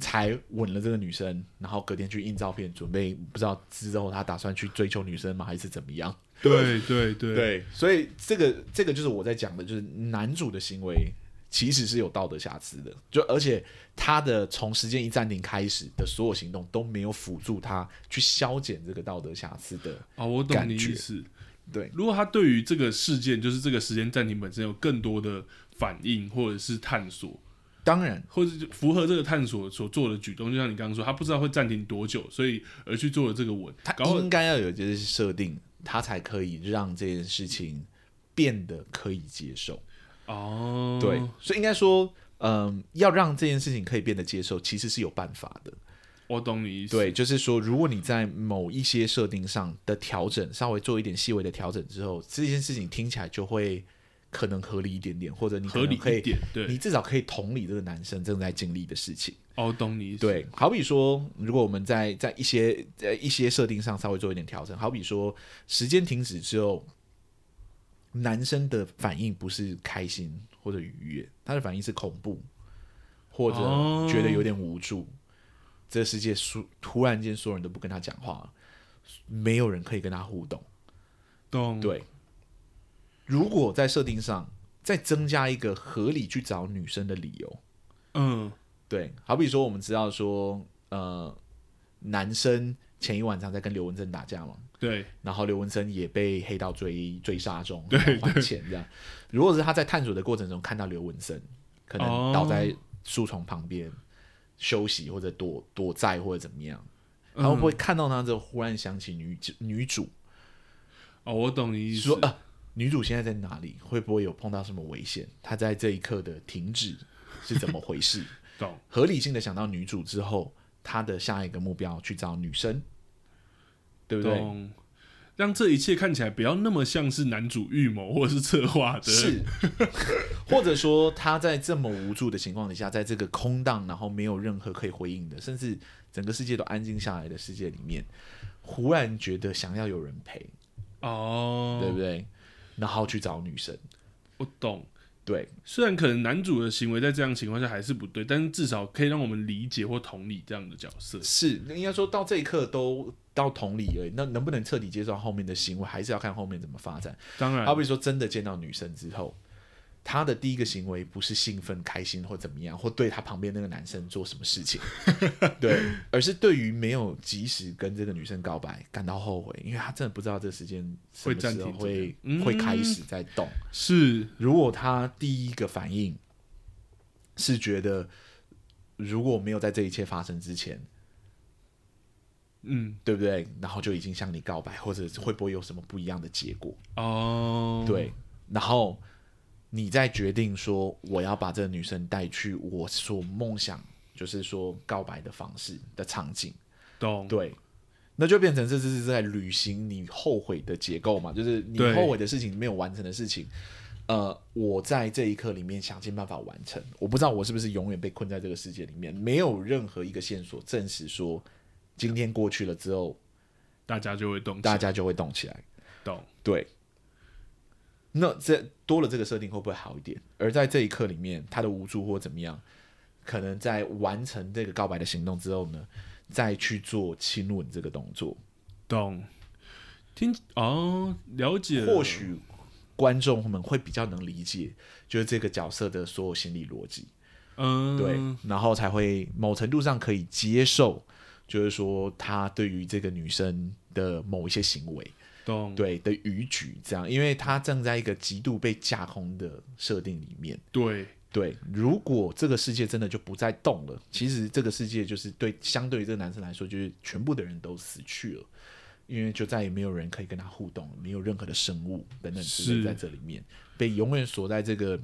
才吻了这个女生，然后隔天去印照片，准备不知道之后他打算去追求女生吗，还是怎么样？
对对对
对，所以这个这个就是我在讲的，就是男主的行为其实是有道德瑕疵的，就而且他的从时间一暂停开始的所有行动都没有辅助他去消减这个道德瑕疵的，
哦，我懂
感
你
觉
意思。
对，
如果他对于这个事件，就是这个时间暂停本身有更多的反应，或者是探索，
当然。
或者是符合这个探索所做的举动，就像你刚刚说，他不知道会暂停多久，所以而去做了这个吻，
他
然后
应该要有这些设定，他才可以让这件事情变得可以接受。
哦，
对，所以应该说，嗯，要让这件事情可以变得接受，其实是有办法的。
我懂你意思。
对，就是说，如果你在某一些设定上的调整，稍微做一点细微的调整之后，这件事情听起来就会可能合理一点点，或者你可
合
能
理
可
一
以，
点，对，
你至少可以同理这个男生正在经历的事情。
哦，懂你意思，，
对，好比说，如果我们在在一些在一些设定上稍微做一点调整，好比说时间停止之后，男生的反应不是开心或者愉悦，他的反应是恐怖或者
哦
觉得有点无助。这世界所突然间所有人都不跟他讲话了，没有人可以跟他互动。
懂，
对，如果在设定上再增加一个合理去找女生的理由，
嗯，
对，好比说我们知道说，呃，男生前一晚上在跟刘文正打架嘛，
对，
然后刘文生也被黑道追追杀中，对，还钱这样。如果是他在探索的过程中看到刘文生可能倒在树丛旁边、休息或者躲躲债或者怎么样，他会不会看到他之后忽然想起女主女主
哦，我懂你意思，
说啊，女主现在在哪里？会不会有碰到什么危险？她在这一刻的停止是怎么回事？
懂，
合理性的想到女主之后，他的下一个目标去找女生，对不对？
懂，让这一切看起来不要那么像是男主预谋或者是策划的，
是，或者说他在这么无助的情况底下，在这个空荡，然后没有任何可以回应的，甚至整个世界都安静下来的世界里面，忽然觉得想要有人陪，
哦，
对不对？然后去找女生，
我懂。
对，
虽然可能男主的行为在这样的情况下还是不对，但是至少可以让我们理解或同理这样的角色。
是应该说到这一刻都到同理而已。那能不能彻底接受后面的行为，还是要看后面怎么发展。
当然
好，比说，真的见到女生之后，他的第一个行为不是兴奋、开心或怎么样，或对他旁边那个男生做什么事 情，对，而是对于没有及时跟这个女生告白感到后悔，因为他真的不知道这时间什么时候
会
会
暂停嗯
会开始在动。
是
如果他第一个反应是觉得，如果没有在这一切发生之前，
嗯
对不对？然后就已经向你告白，或者会不会有什么不一样的结果？
哦，
对，然后你再决定说我要把这个女生带去我所梦想，就是说告白的方式的场景，
懂
对，那就变成这是在履行你后悔的结构嘛，就是你
对
后悔的事情没有完成的事情。呃，我在这一刻里面想尽办法完成。我不知道我是不是永远被困在这个世界里面，没有任何一个线索证实说今天过去了之后，
大家就会懂，
大家就会动起来。
懂
对，那这多了这个设定会不会好一点？而在这一刻里面，他的无助或怎么样，可能在完成这个告白的行动之后呢，再去做亲吻这个动作，
懂。听哦，了解了，
或许观众们会比较能理解，就是这个角色的所有心理逻辑，
嗯，
对，然后才会某程度上可以接受，就是说他对于这个女生的某一些行为。
懂
对的逾矩，这样，因为他正在一个极度被架空的设定里面。
对
对，如果这个世界真的就不再动了，其实这个世界就是对相对于这个男生来说，就是全部的人都死去了，因为就再也没有人可以跟他互动，没有任何的生物等等之
是
类在这里面被永远锁在这个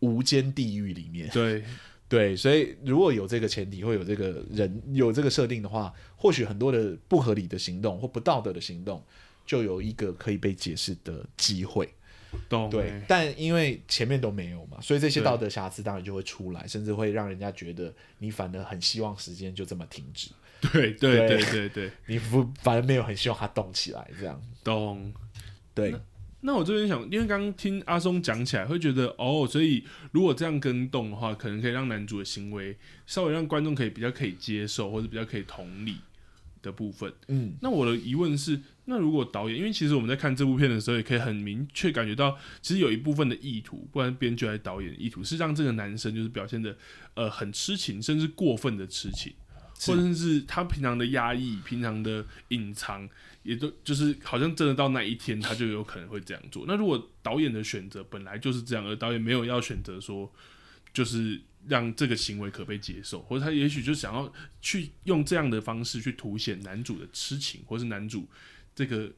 无间地狱里面。
对
对，所以如果有这个前提，会有这个人有这个设定的话，或许很多的不合理的行动或不道德的行动，就有一个可以被解释的机会。
懂、
对
欸，
但因为前面都没有嘛，所以这些
对
道德瑕疵当然就会出来，甚至会让人家觉得你反而很希望时间就这么停 止，
对
对
对对对对，
你不反而没有很希望它动起来这样。
懂。
对，
那我这边想，因为刚刚听阿松讲起来，会觉得哦，所以如果这样跟动的话，可能可以让男主的行为稍微让观众可以比较可以接受，或者比较可以同理的部分。
嗯，
那我的疑问是，那如果导演，因为其实我们在看这部片的时候，也可以很明确感觉到，其实有一部分的意图，不管编剧还是导演的意图，是让这个男生就是表现的呃很痴情，甚至过分的痴情，
是
或者是他平常的压抑、平常的隐藏，也都就是好像真的到那一天，他就有可能会这样做。那如果导演的选择本来就是这样，而导演没有要选择说，就是让这个行为可被接受，或者他也许就想要去用这样的方式去凸显男主的痴情，或是男主这个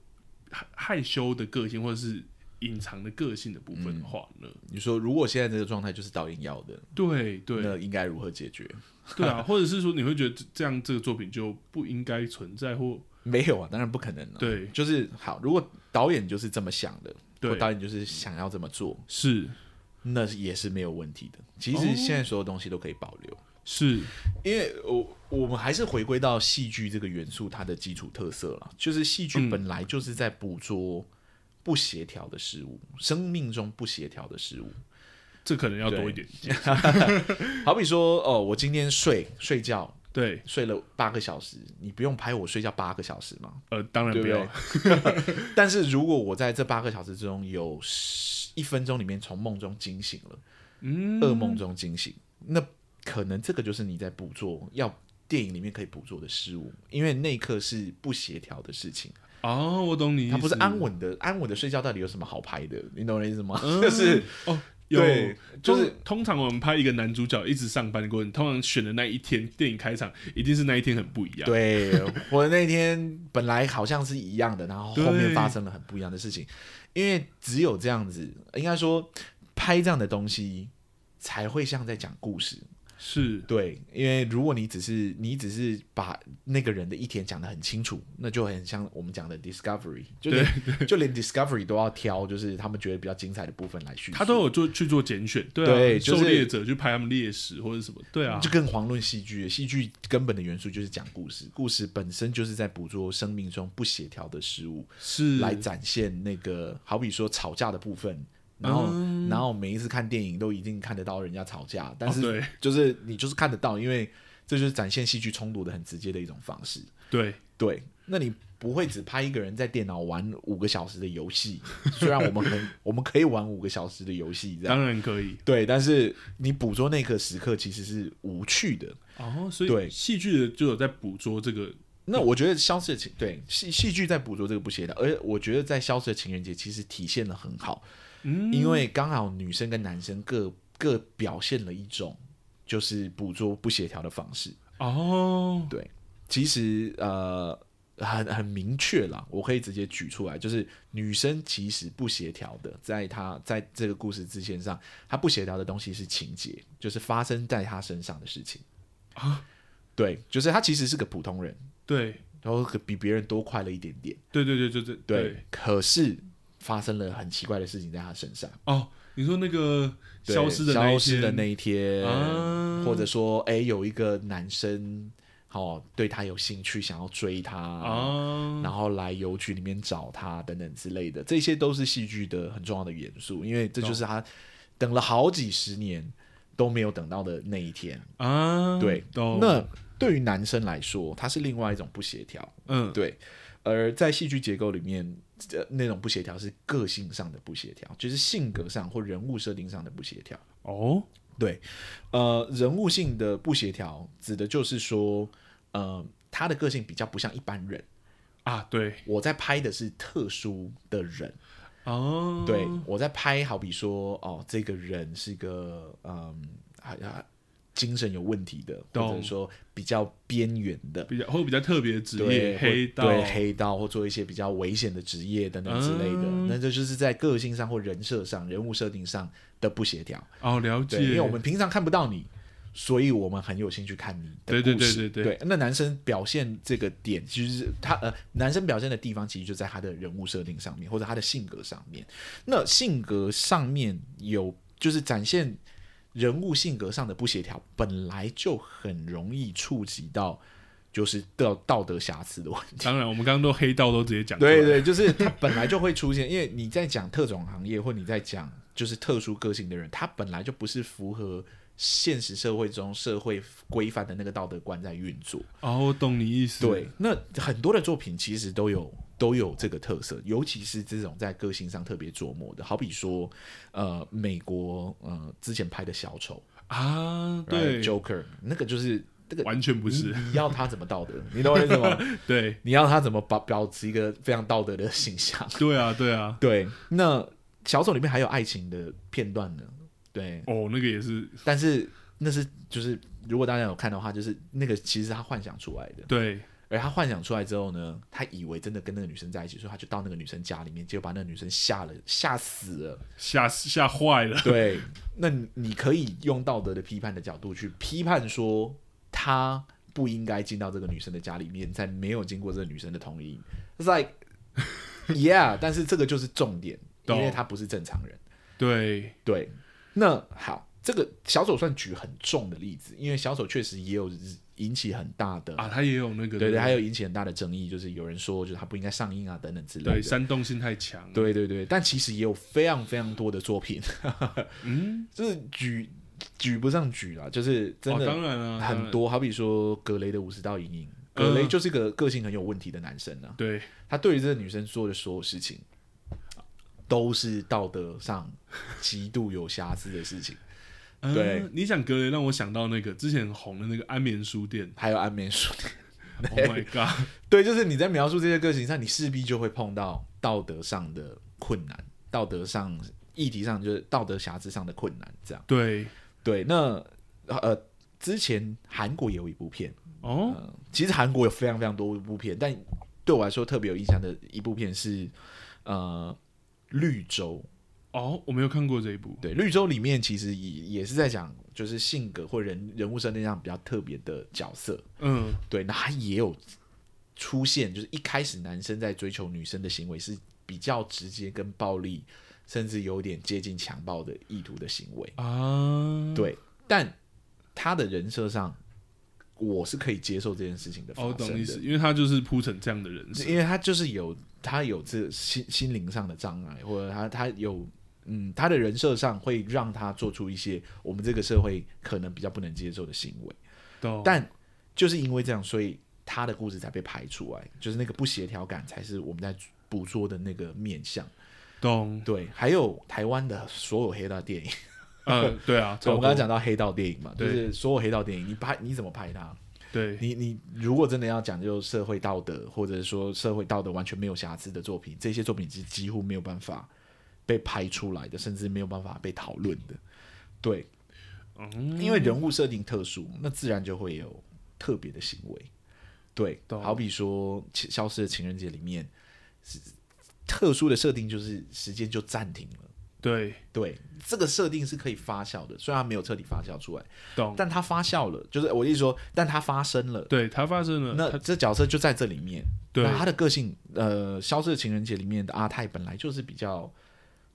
害害羞的个性，或者是隐藏的个性的部分的话呢？
你说如果现在这个状态就是导演要的，
对对
那应该如何解决？
对啊，或者是说你会觉得这这样这个作品就不应该存在，或
没有啊，当然不可能了、
对
就是好，如果导演就是这么想的，
对
或导演就是想要这么做，
是
那也是没有问题的。其
哦
实现在所有东西都可以保留，
是
因为我我们还是回归到戏剧这个元素它的基础特色了，就是戏剧
嗯
本来就是在捕捉不协调的事物，生命中不协调的事物。
这可能要多一点，
好比说，哦，我今天睡睡觉
对，
睡了八个小时，你不用拍我睡觉八个小时吗？
呃，当然
对
不
不
要
对？ 但是如果我在这八个小时之中有十一分钟里面从梦中惊醒了，
嗯，
噩梦中惊醒，那可能这个就是你在捕捉要电影里面可以捕捉的失误，因为那一刻是不协调的事情，
哦，我懂你意思，
它不是安稳的，安稳的睡觉到底有什么好拍的？你懂我的意思吗？就是
哦。有
对，就是
通通常我们拍一个男主角一直上班的过程，通常选的那一天，电影开场一定是那一天很不一样。
对我那天本来好像是一样的，然后后
嗯
面发生了很不一样的事情，因为只有这样子，应该说拍这样的东西才会像在讲故事。
是
对，因为如果你只是你只是把那个人的一天讲得很清楚，那就很像我们讲的 discovery，就连就连 discovery 都要挑，就是他们觉得比较精彩的部分来 叙述，
他都有做去做拣选，对啊，
对就是
狩猎者去拍他们猎食或者什么，对啊
就，更遑论戏剧了。戏剧根本的元素就是讲故事，故事本身就是在捕捉生命中不协调的事物，
是
来展现那个，好比说吵架的部分。然后，然后每一次看电影都一定看得到人家吵架，但
嗯哦
是
对
就是你就是看得到，因为这就是展现戏剧冲突的很直接的一种方式。
对，
对，那你不会只拍一个人在电脑玩五个小时的游 戏，虽然我们可能我们可以玩五个小时的游戏这样，
当然可以
对，但是你捕捉那个时刻其实是无趣的。
哦，所以
对
戏剧的就有在捕捉这个，
那我觉得消失的情对戏戏剧在捕捉这个不协调，而我觉得在消失的情人节其实体现的很好，
嗯，
因为刚好女生跟男生各各表现了一种就是捕捉不协调的方式。
哦，
对，其实呃很很明确啦，我可以直接举出来，就是女生其实不协调的，在她在这个故事支线上，她不协调的东西是情节，就是发生在她身上的事情
啊。
对，就是她其实是个普通人，
对
然后比别人多快乐一点点。
对对对对对
对，可是发生了很奇怪的事情在她身上。
哦，你说那个
对
消失的那一
消失的
天
那一天，
啊
或者说，哎、有一个男生哦，对她有兴趣，想要追她
啊，
然后来邮局里面找他等等之类的，这些都是戏剧的很重要的元素，因为这就是他等了好几十年都没有等到的那一天。
啊，
对，
懂
那对于男生来说，他是另外一种不协调。
嗯，
对，而在戏剧结构里面，呃、那种不协调是个性上的不协调，就是性格上或人物设定上的不协调。
哦，
对，呃，人物性的不协调指的就是说，呃，他的个性比较不像一般人。
啊，对，
我在拍的是特殊的人，
哦，
对我在拍，好比说，哦，这个人是个嗯，啊啊，精神有问题的，或
懂
者说比较边缘的，
比较或者比较特别的职
对
业，黑
或
道，
对黑道或做一些比较危险的职业等等之类的，
嗯
那这就是在个性上或人设上、人物设定上的不协调。
哦，了解，
对，因为我们平常看不到你，所以我们很有兴趣看你的
对对
故事
对对对
对。那男生表现这个点，其实是他呃，男生表现的地方其实就在他的人物设定上面，或者他的性格上面。那性格上面有就是展现人物性格上的不协调，本来就很容易触及到就是道道德瑕疵的问题。
当然，我们刚刚都黑道都直接讲出来
对对，就是 他本来就会出现，因为你在讲特种行业，或你在讲就是特殊个性的人，他本来就不是符合现实社会中社会规范的那个道德观在运作。
哦，我懂你意思。
对，，那很多的作品其实都有都有这个特色，尤其是这种在个性上特别琢磨的，好比说呃，美国呃之前拍的小丑，
啊，
right？
对
，Joker 那个就是那个
完全不是，
你你要他怎么道德？你懂我意思吗？
对，
你要他怎么保保持一个非常道德的形象？
对啊，对啊，
对，那小丑里面还有爱情的片段呢。对，
哦，那个也是，
但是那是就是如果大家有看的话，就是那个其实是他幻想出来的，
对，
而他幻想出来之后呢，他以为真的跟那个女生在一起，所以他就到那个女生家里面，结果把那个女生吓了，吓死了。
吓吓坏了，
对， 那你你可以用道德的批判的角度去批判说他不应该进到这个女生的家里面，在没有经过这个女生的同意。It's like yeah，但是这个就是重点，因为
懂
他不是正常人。
对，
对，那好，这个小丑算举很重的例子，因为小丑确实也有引起很大的，
啊，他也有那个，
对对，还有引起很大的争议，就是有人说就是他不应该上映啊等等之类
对
的。
煽动性太强，，
对对对，但其实也有非常非常多的作品，
嗯，
就是举举不上举啦，就是真
哦，
的
当然啊，当
很
然，
多。好比说格雷的五十道阴影，
嗯
格雷就是个个性很有问题的男生啊，
对，
他对于这个女生做的所有事情，都是道德上极度有瑕疵的事情。
嗯
对，
你讲格雷让我想到那个之前很红的那个安眠书店
还有安眠书。
，Oh my god，
对，就是你在描述这些个性上，你势必就会碰到道德上的困难，道德上议题上就是道德瑕疵上的困难，这样。
对，
对，那呃，之前韩国也有一部片，嗯、
哦，
其实韩国有非常非常多部片，但对我来说特别有印象的一部片是呃《绿洲》。
哦，我没有看过这一部，
对，《绿洲》里面其实也也是在讲就是性格或人人物设定上比较特别的角色，
嗯，
对，那他也有出现，就是一开始男生在追求女生的行为是比较直接跟暴力，甚至有点接近强暴的意图的行为。
啊，，
对，但他的人设上，我是可以接受这件事情的发
哦，懂
生
意
的
思，，因为他就是铺成这样的人设，
因为他就是有他有这心心灵上的障碍，或者他他有。嗯，他的人设上会让他做出一些我们这个社会可能比较不能接受的行为。
懂，
但就是因为这样，所以他的故事才被排出来，就是那个不协调感才是我们在捕捉的那个面向。
懂，
对，还有台湾的所有黑道电影，
嗯，对啊，
我
差
们
不
刚
多
刚，讲到黑道电影嘛，就
对
是所有黑道电影，你拍你怎么拍它？
对，
你你如果真的要讲究社会道德，或者说社会道德完全没有瑕疵的作品，这些作品是几乎没有办法被拍出来的，甚至没有办法被讨论的。对，
嗯，
因为人物设定特殊，那自然就会有特别的行为。对，
懂
好比说《消失的情人节》里面，是特殊的设定就是时间就暂停了。
对，
对，这个设定是可以发酵的，虽然它没有彻底发酵出来，
懂，
但它发酵了，就是我意思说，但它发生了。
对他发生了，
那
嗯他
这角色就在这里面，
对
那他的个性，呃，《消失的情人节》里面的阿泰本来就是比较，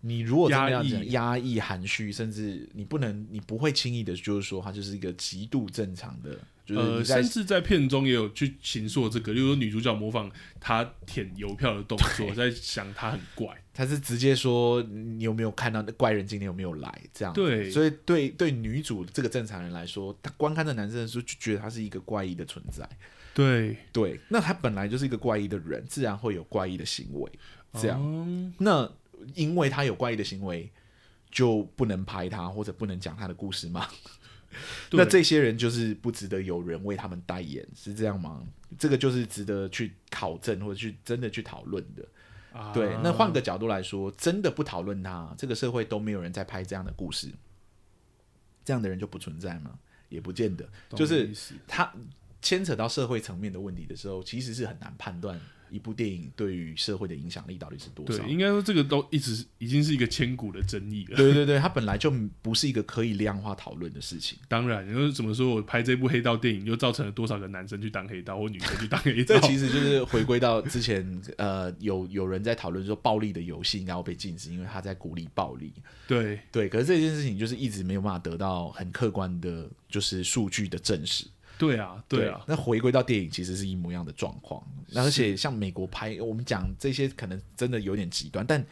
你如果真的要
压
讲
抑
压抑、含蓄，甚至你不能，你不会轻易的，就是说他就是一个极度正常的，就是
呃，
你在、
甚至在片中也有去行塑这个，例如说女主角模仿她舔邮票的动作，在想她很怪，
他是直接说你有没有看到那怪人今天有没有来这样，
对
所以对对女主这个正常人来说，她观看这男生的时候就觉得他是一个怪异的存在，
对，
对，那他本来就是一个怪异的人，自然会有怪异的行为，这样。
样，
那因为他有怪异的行为，就不能拍他或者不能讲他的故事吗？
对
那这些人就是不值得有人为他们代言，是这样吗？这个就是值得去考证或者去真的去讨论的。
啊
对，那换个角度来说，真的不讨论他，这个社会都没有人在拍这样的故事，这样的人就不存在吗？也不见得，
懂
就是
意思
他牵扯到社会层面的问题的时候，其实是很难判断一部电影对于社会的影响力到底是多
对
少，。
应该说这个都一直已经是一个千古的争 议了。
对对对，它本来就不是一个可以量化讨论的事情。
当然，你说怎么说？我拍这部黑道电影，又造成了多少个男生去当黑道，或女生去当黑道
这？其实就是回归到之前，呃，有有人在讨论说暴力的游戏应该要被禁止，因为他在鼓励暴力。
对，啊
对，可是这件事情就是一直没有办法得到很客观的，就是数据的证实。
对啊，对啊，
那回归到电影其实是一模一样的状况。那而且像美国拍，我们讲这些可能真的有点极端，但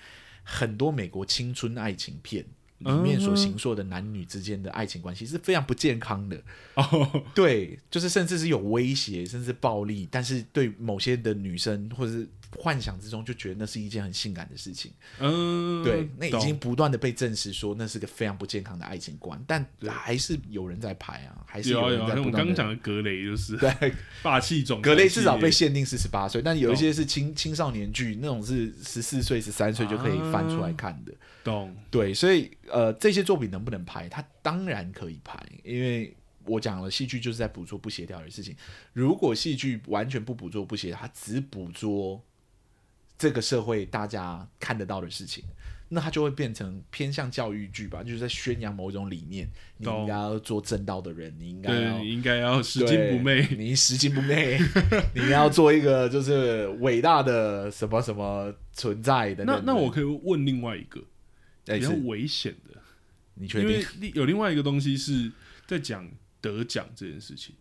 很多美国青春爱情片里面
嗯
所形塑的男女之间的爱情关系是非常不健康的。
哦，
对，就是甚至是有威胁，甚至暴力，但是对某些的女生或者是幻想之中就觉得那是一件很性感的事情。
嗯，
对，那已
懂
经不断的被证实说那是个非常不健康的爱情观，但还是有人在拍啊，还是
有啊有
人
啊
在。
那
不
我
断
刚
地
刚讲的格雷就是
对，
霸气总裁
格雷至
系
少
列
被限定是十八岁，但有一些是青青少年剧，那种是十四岁、十三岁就可以
啊
翻出来看的。
懂，
对，所以呃，这些作品能不能拍？它当然可以拍，因为我讲了，戏剧就是在捕捉不协调的事情。如果戏剧完全不捕捉不协调，它只捕捉这个社会大家看得到的事情，那它就会变成偏向教育剧吧，就是在宣扬某种理念。你
懂
应该要做正道的人，你应该要
对，应该要拾金
对
不昧，
你拾金不昧， 你要做一个就是伟大的什么什么存在的。
那那我可以问另外一个
哎
比较
是
危险的，
你确
因为
定？
另有另外一个东西是在讲得奖这件事情。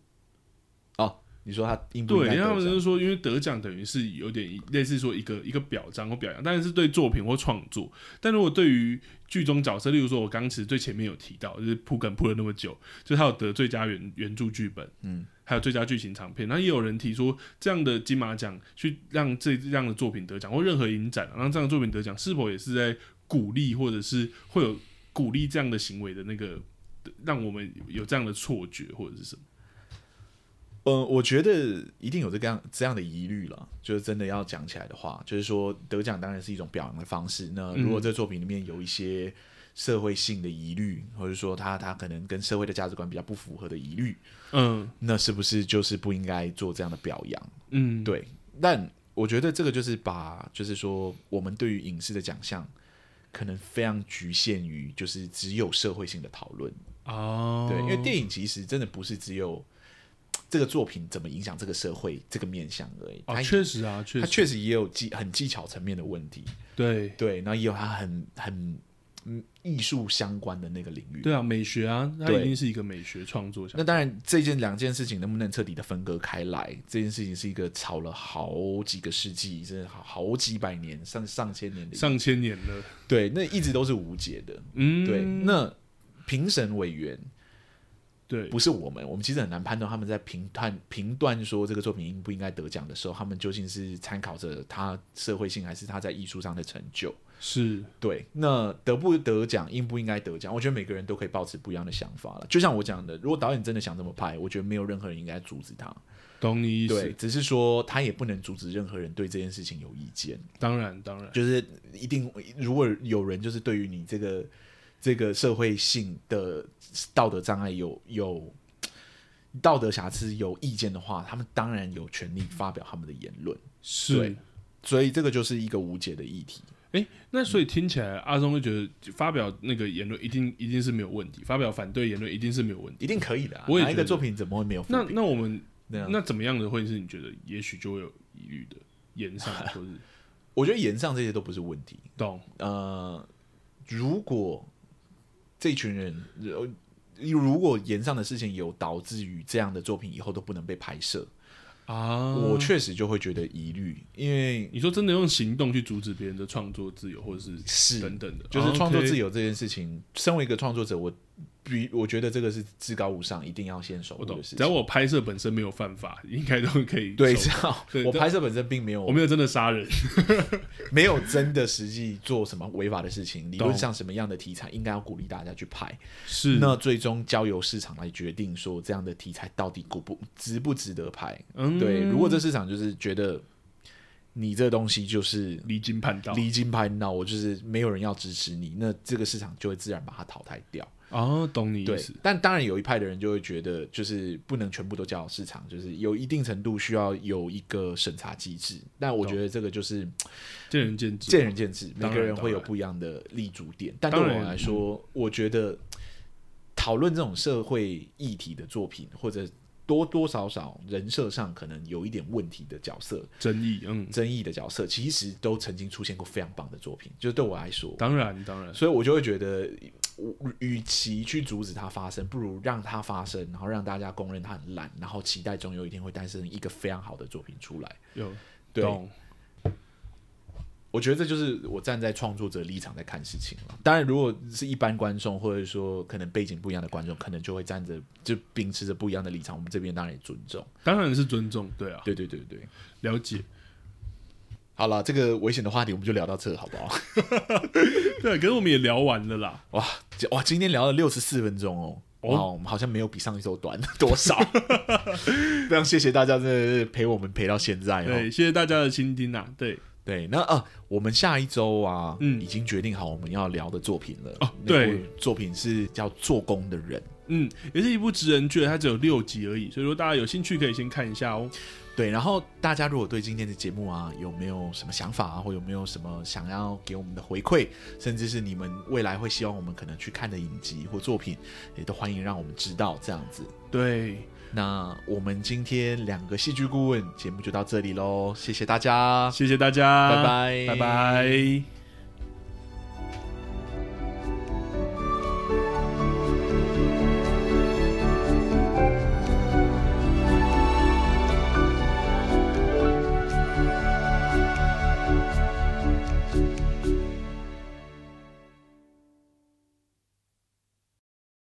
哦，你说他应不应该
对，
得
他们
奖
就是说，因为得奖等于是有点类似说一个一个表彰或表扬，当然是对作品或创作。但如果对于剧中角色，例如说我刚其实最前面有提到，就是铺梗铺了那么久，就是他有得最佳原原著剧本，
嗯，
还有最佳剧情长片。那也有人提出这样的金马奖去让这这样的作品得奖，或任何影展、啊、让这样的作品得奖，是否也是在鼓励或者是会有鼓励这样的行为的那个，让我们有这样的错觉或者是什么？
呃，我觉得一定有这个样这样的疑虑了。就是真的要讲起来的话，就是说得奖当然是一种表扬的方式。那
嗯
如果这作品里面有一些社会性的疑虑，或者说他他可能跟社会的价值观比较不符合的疑虑，
嗯
那是不是就是不应该做这样的表扬？
嗯，
对，但我觉得这个就是把，就是说我们对于影视的奖项，可能非常局限于就是只有社会性的讨论。
哦，
对，因为电影其实真的不是只有这个作品怎么影响这个社会这个面向而已，
哦，
它
确实啊，确
它
实，
确实也有技很技巧层面的问题，
对
对，然后也有它很很嗯艺术相关的那个领域。
对啊，美学啊，它
对
一定是一个美学创作项
那。当然，这件两件事情能不能彻底的分割开来，这件事情是一个吵了好几个世纪，甚至好好几百年、上上千年的
上千年了，
对，那一直都是无解的。
嗯，
对，那评审委员
对
不是我们，我们其实很难判断他们在评判评断说这个作品应不应该得奖的时候，他们究竟是参考着他社会性还是他在艺术上的成就。
是，
对，那得不得奖，应不应该得奖，我觉得每个人都可以保持不一样的想法了。就像我讲的，如果导演真的想这么拍，我觉得没有任何人应该阻止他。
懂你意
对，
思。
只是说他也不能阻止任何人对这件事情有意见。
当然，当然，
就是一定，如果有人就是对于你这个这个社会性的道德障碍有有道德瑕疵有意见的话，他们当然有权利发表他们的言论，
是
对。所以这个就是一个无解的议题。
哎，那所以听起来，阿松会觉得发表那个言论一定一定是没有问题，发表反对言论一定是没有问题。
一定可以的、啊，
我也
哪一
觉
个
得
作品怎么会没有负
那
评？
那我们
对啊
那怎么样的会是你觉得也许就会有疑虑的言上，或是
我觉得言上这些都不是问题。
懂？
呃，如果这群人，呃如果言上的事情有导致于这样的作品以后都不能被拍摄，
啊，
我确实就会觉得疑虑，因为
你说真的用行动去阻止别人的创作自由，或者是
是
等等的，
就是创作自
由。
由这件事情，身为一个创作者，我比我觉得这个是至高无上，一定要先守
我
护
懂，
的事
只
情
要。我拍摄本身没有犯法，应该都可以。
对， 只，要
对
我
这
拍摄本身并没
我
有
没有真的杀人。
没有真的实际做什么违法的事情，理
懂
论上什么样的题材应该要鼓励大家去拍，
是
那最终交由市场来决定说这样的题材到底鼓不值不值得拍。
嗯，
对，如果这市场就是觉得你这东西就是
离经叛道，
离经叛道，我就是没有人要支持你，那这个市场就会自然把它淘汰掉。
哦，懂你意
对
思，，
但当然有一派的人就会觉得，就是不能全部都叫市场，就是有一定程度需要有一个审查机制。但我觉得这个就是
见仁见智。
见仁见智，每
当然
个人会有
当然
不一样的立足点。但对我
当然
来说，我觉得讨论这种社会议题的作品，或者多多少少人设上可能有一点问题的角色、
争议，嗯，
争议的角色，其实都曾经出现过非常棒的作品。就是对我来说，
当然当然，
所以我就会觉得，我与其去阻止它发生，不如让它发生，然后让大家公认它很烂，然后期待总有一天会诞生一个非常好的作品出来。
有
对，
懂，
我觉得这就是我站在创作者立场在看事情了。当然，如果是一般观众，或者说可能背景不一样的观众，可能就会站着就秉持着不一样的立场，我们这边当然也尊重。
当然是尊重，对啊，
对对对对。
了解，
好了，这个危险的话题我们就聊到这，好不 好？
对，可是我们也聊完了啦，
哇哇，今天聊了六十四分钟哦，
哦
哇，我们好像没有比上一周短多少。 非常谢谢大家，真的是陪我们陪到现在
对，
哦。
谢谢大家的倾听啊，对，
对，那啊，我们下一周啊，
嗯
已经决定好我们要聊的作品了。
哦
那部
对，
作品是叫《做工的人》。
嗯，也是一部职人剧，它只有六集而已，所以说大家有兴趣可以先看一下哦。
对，然后大家如果对今天的节目啊有没有什么想法啊，或有没有什么想要给我们的回馈，甚至是你们未来会希望我们可能去看的影集或作品，也都欢迎让我们知道这样子。
对，
那我们今天两个戏剧顾问节目就到这里喽，谢谢大家，
谢谢大家，
拜拜
拜拜。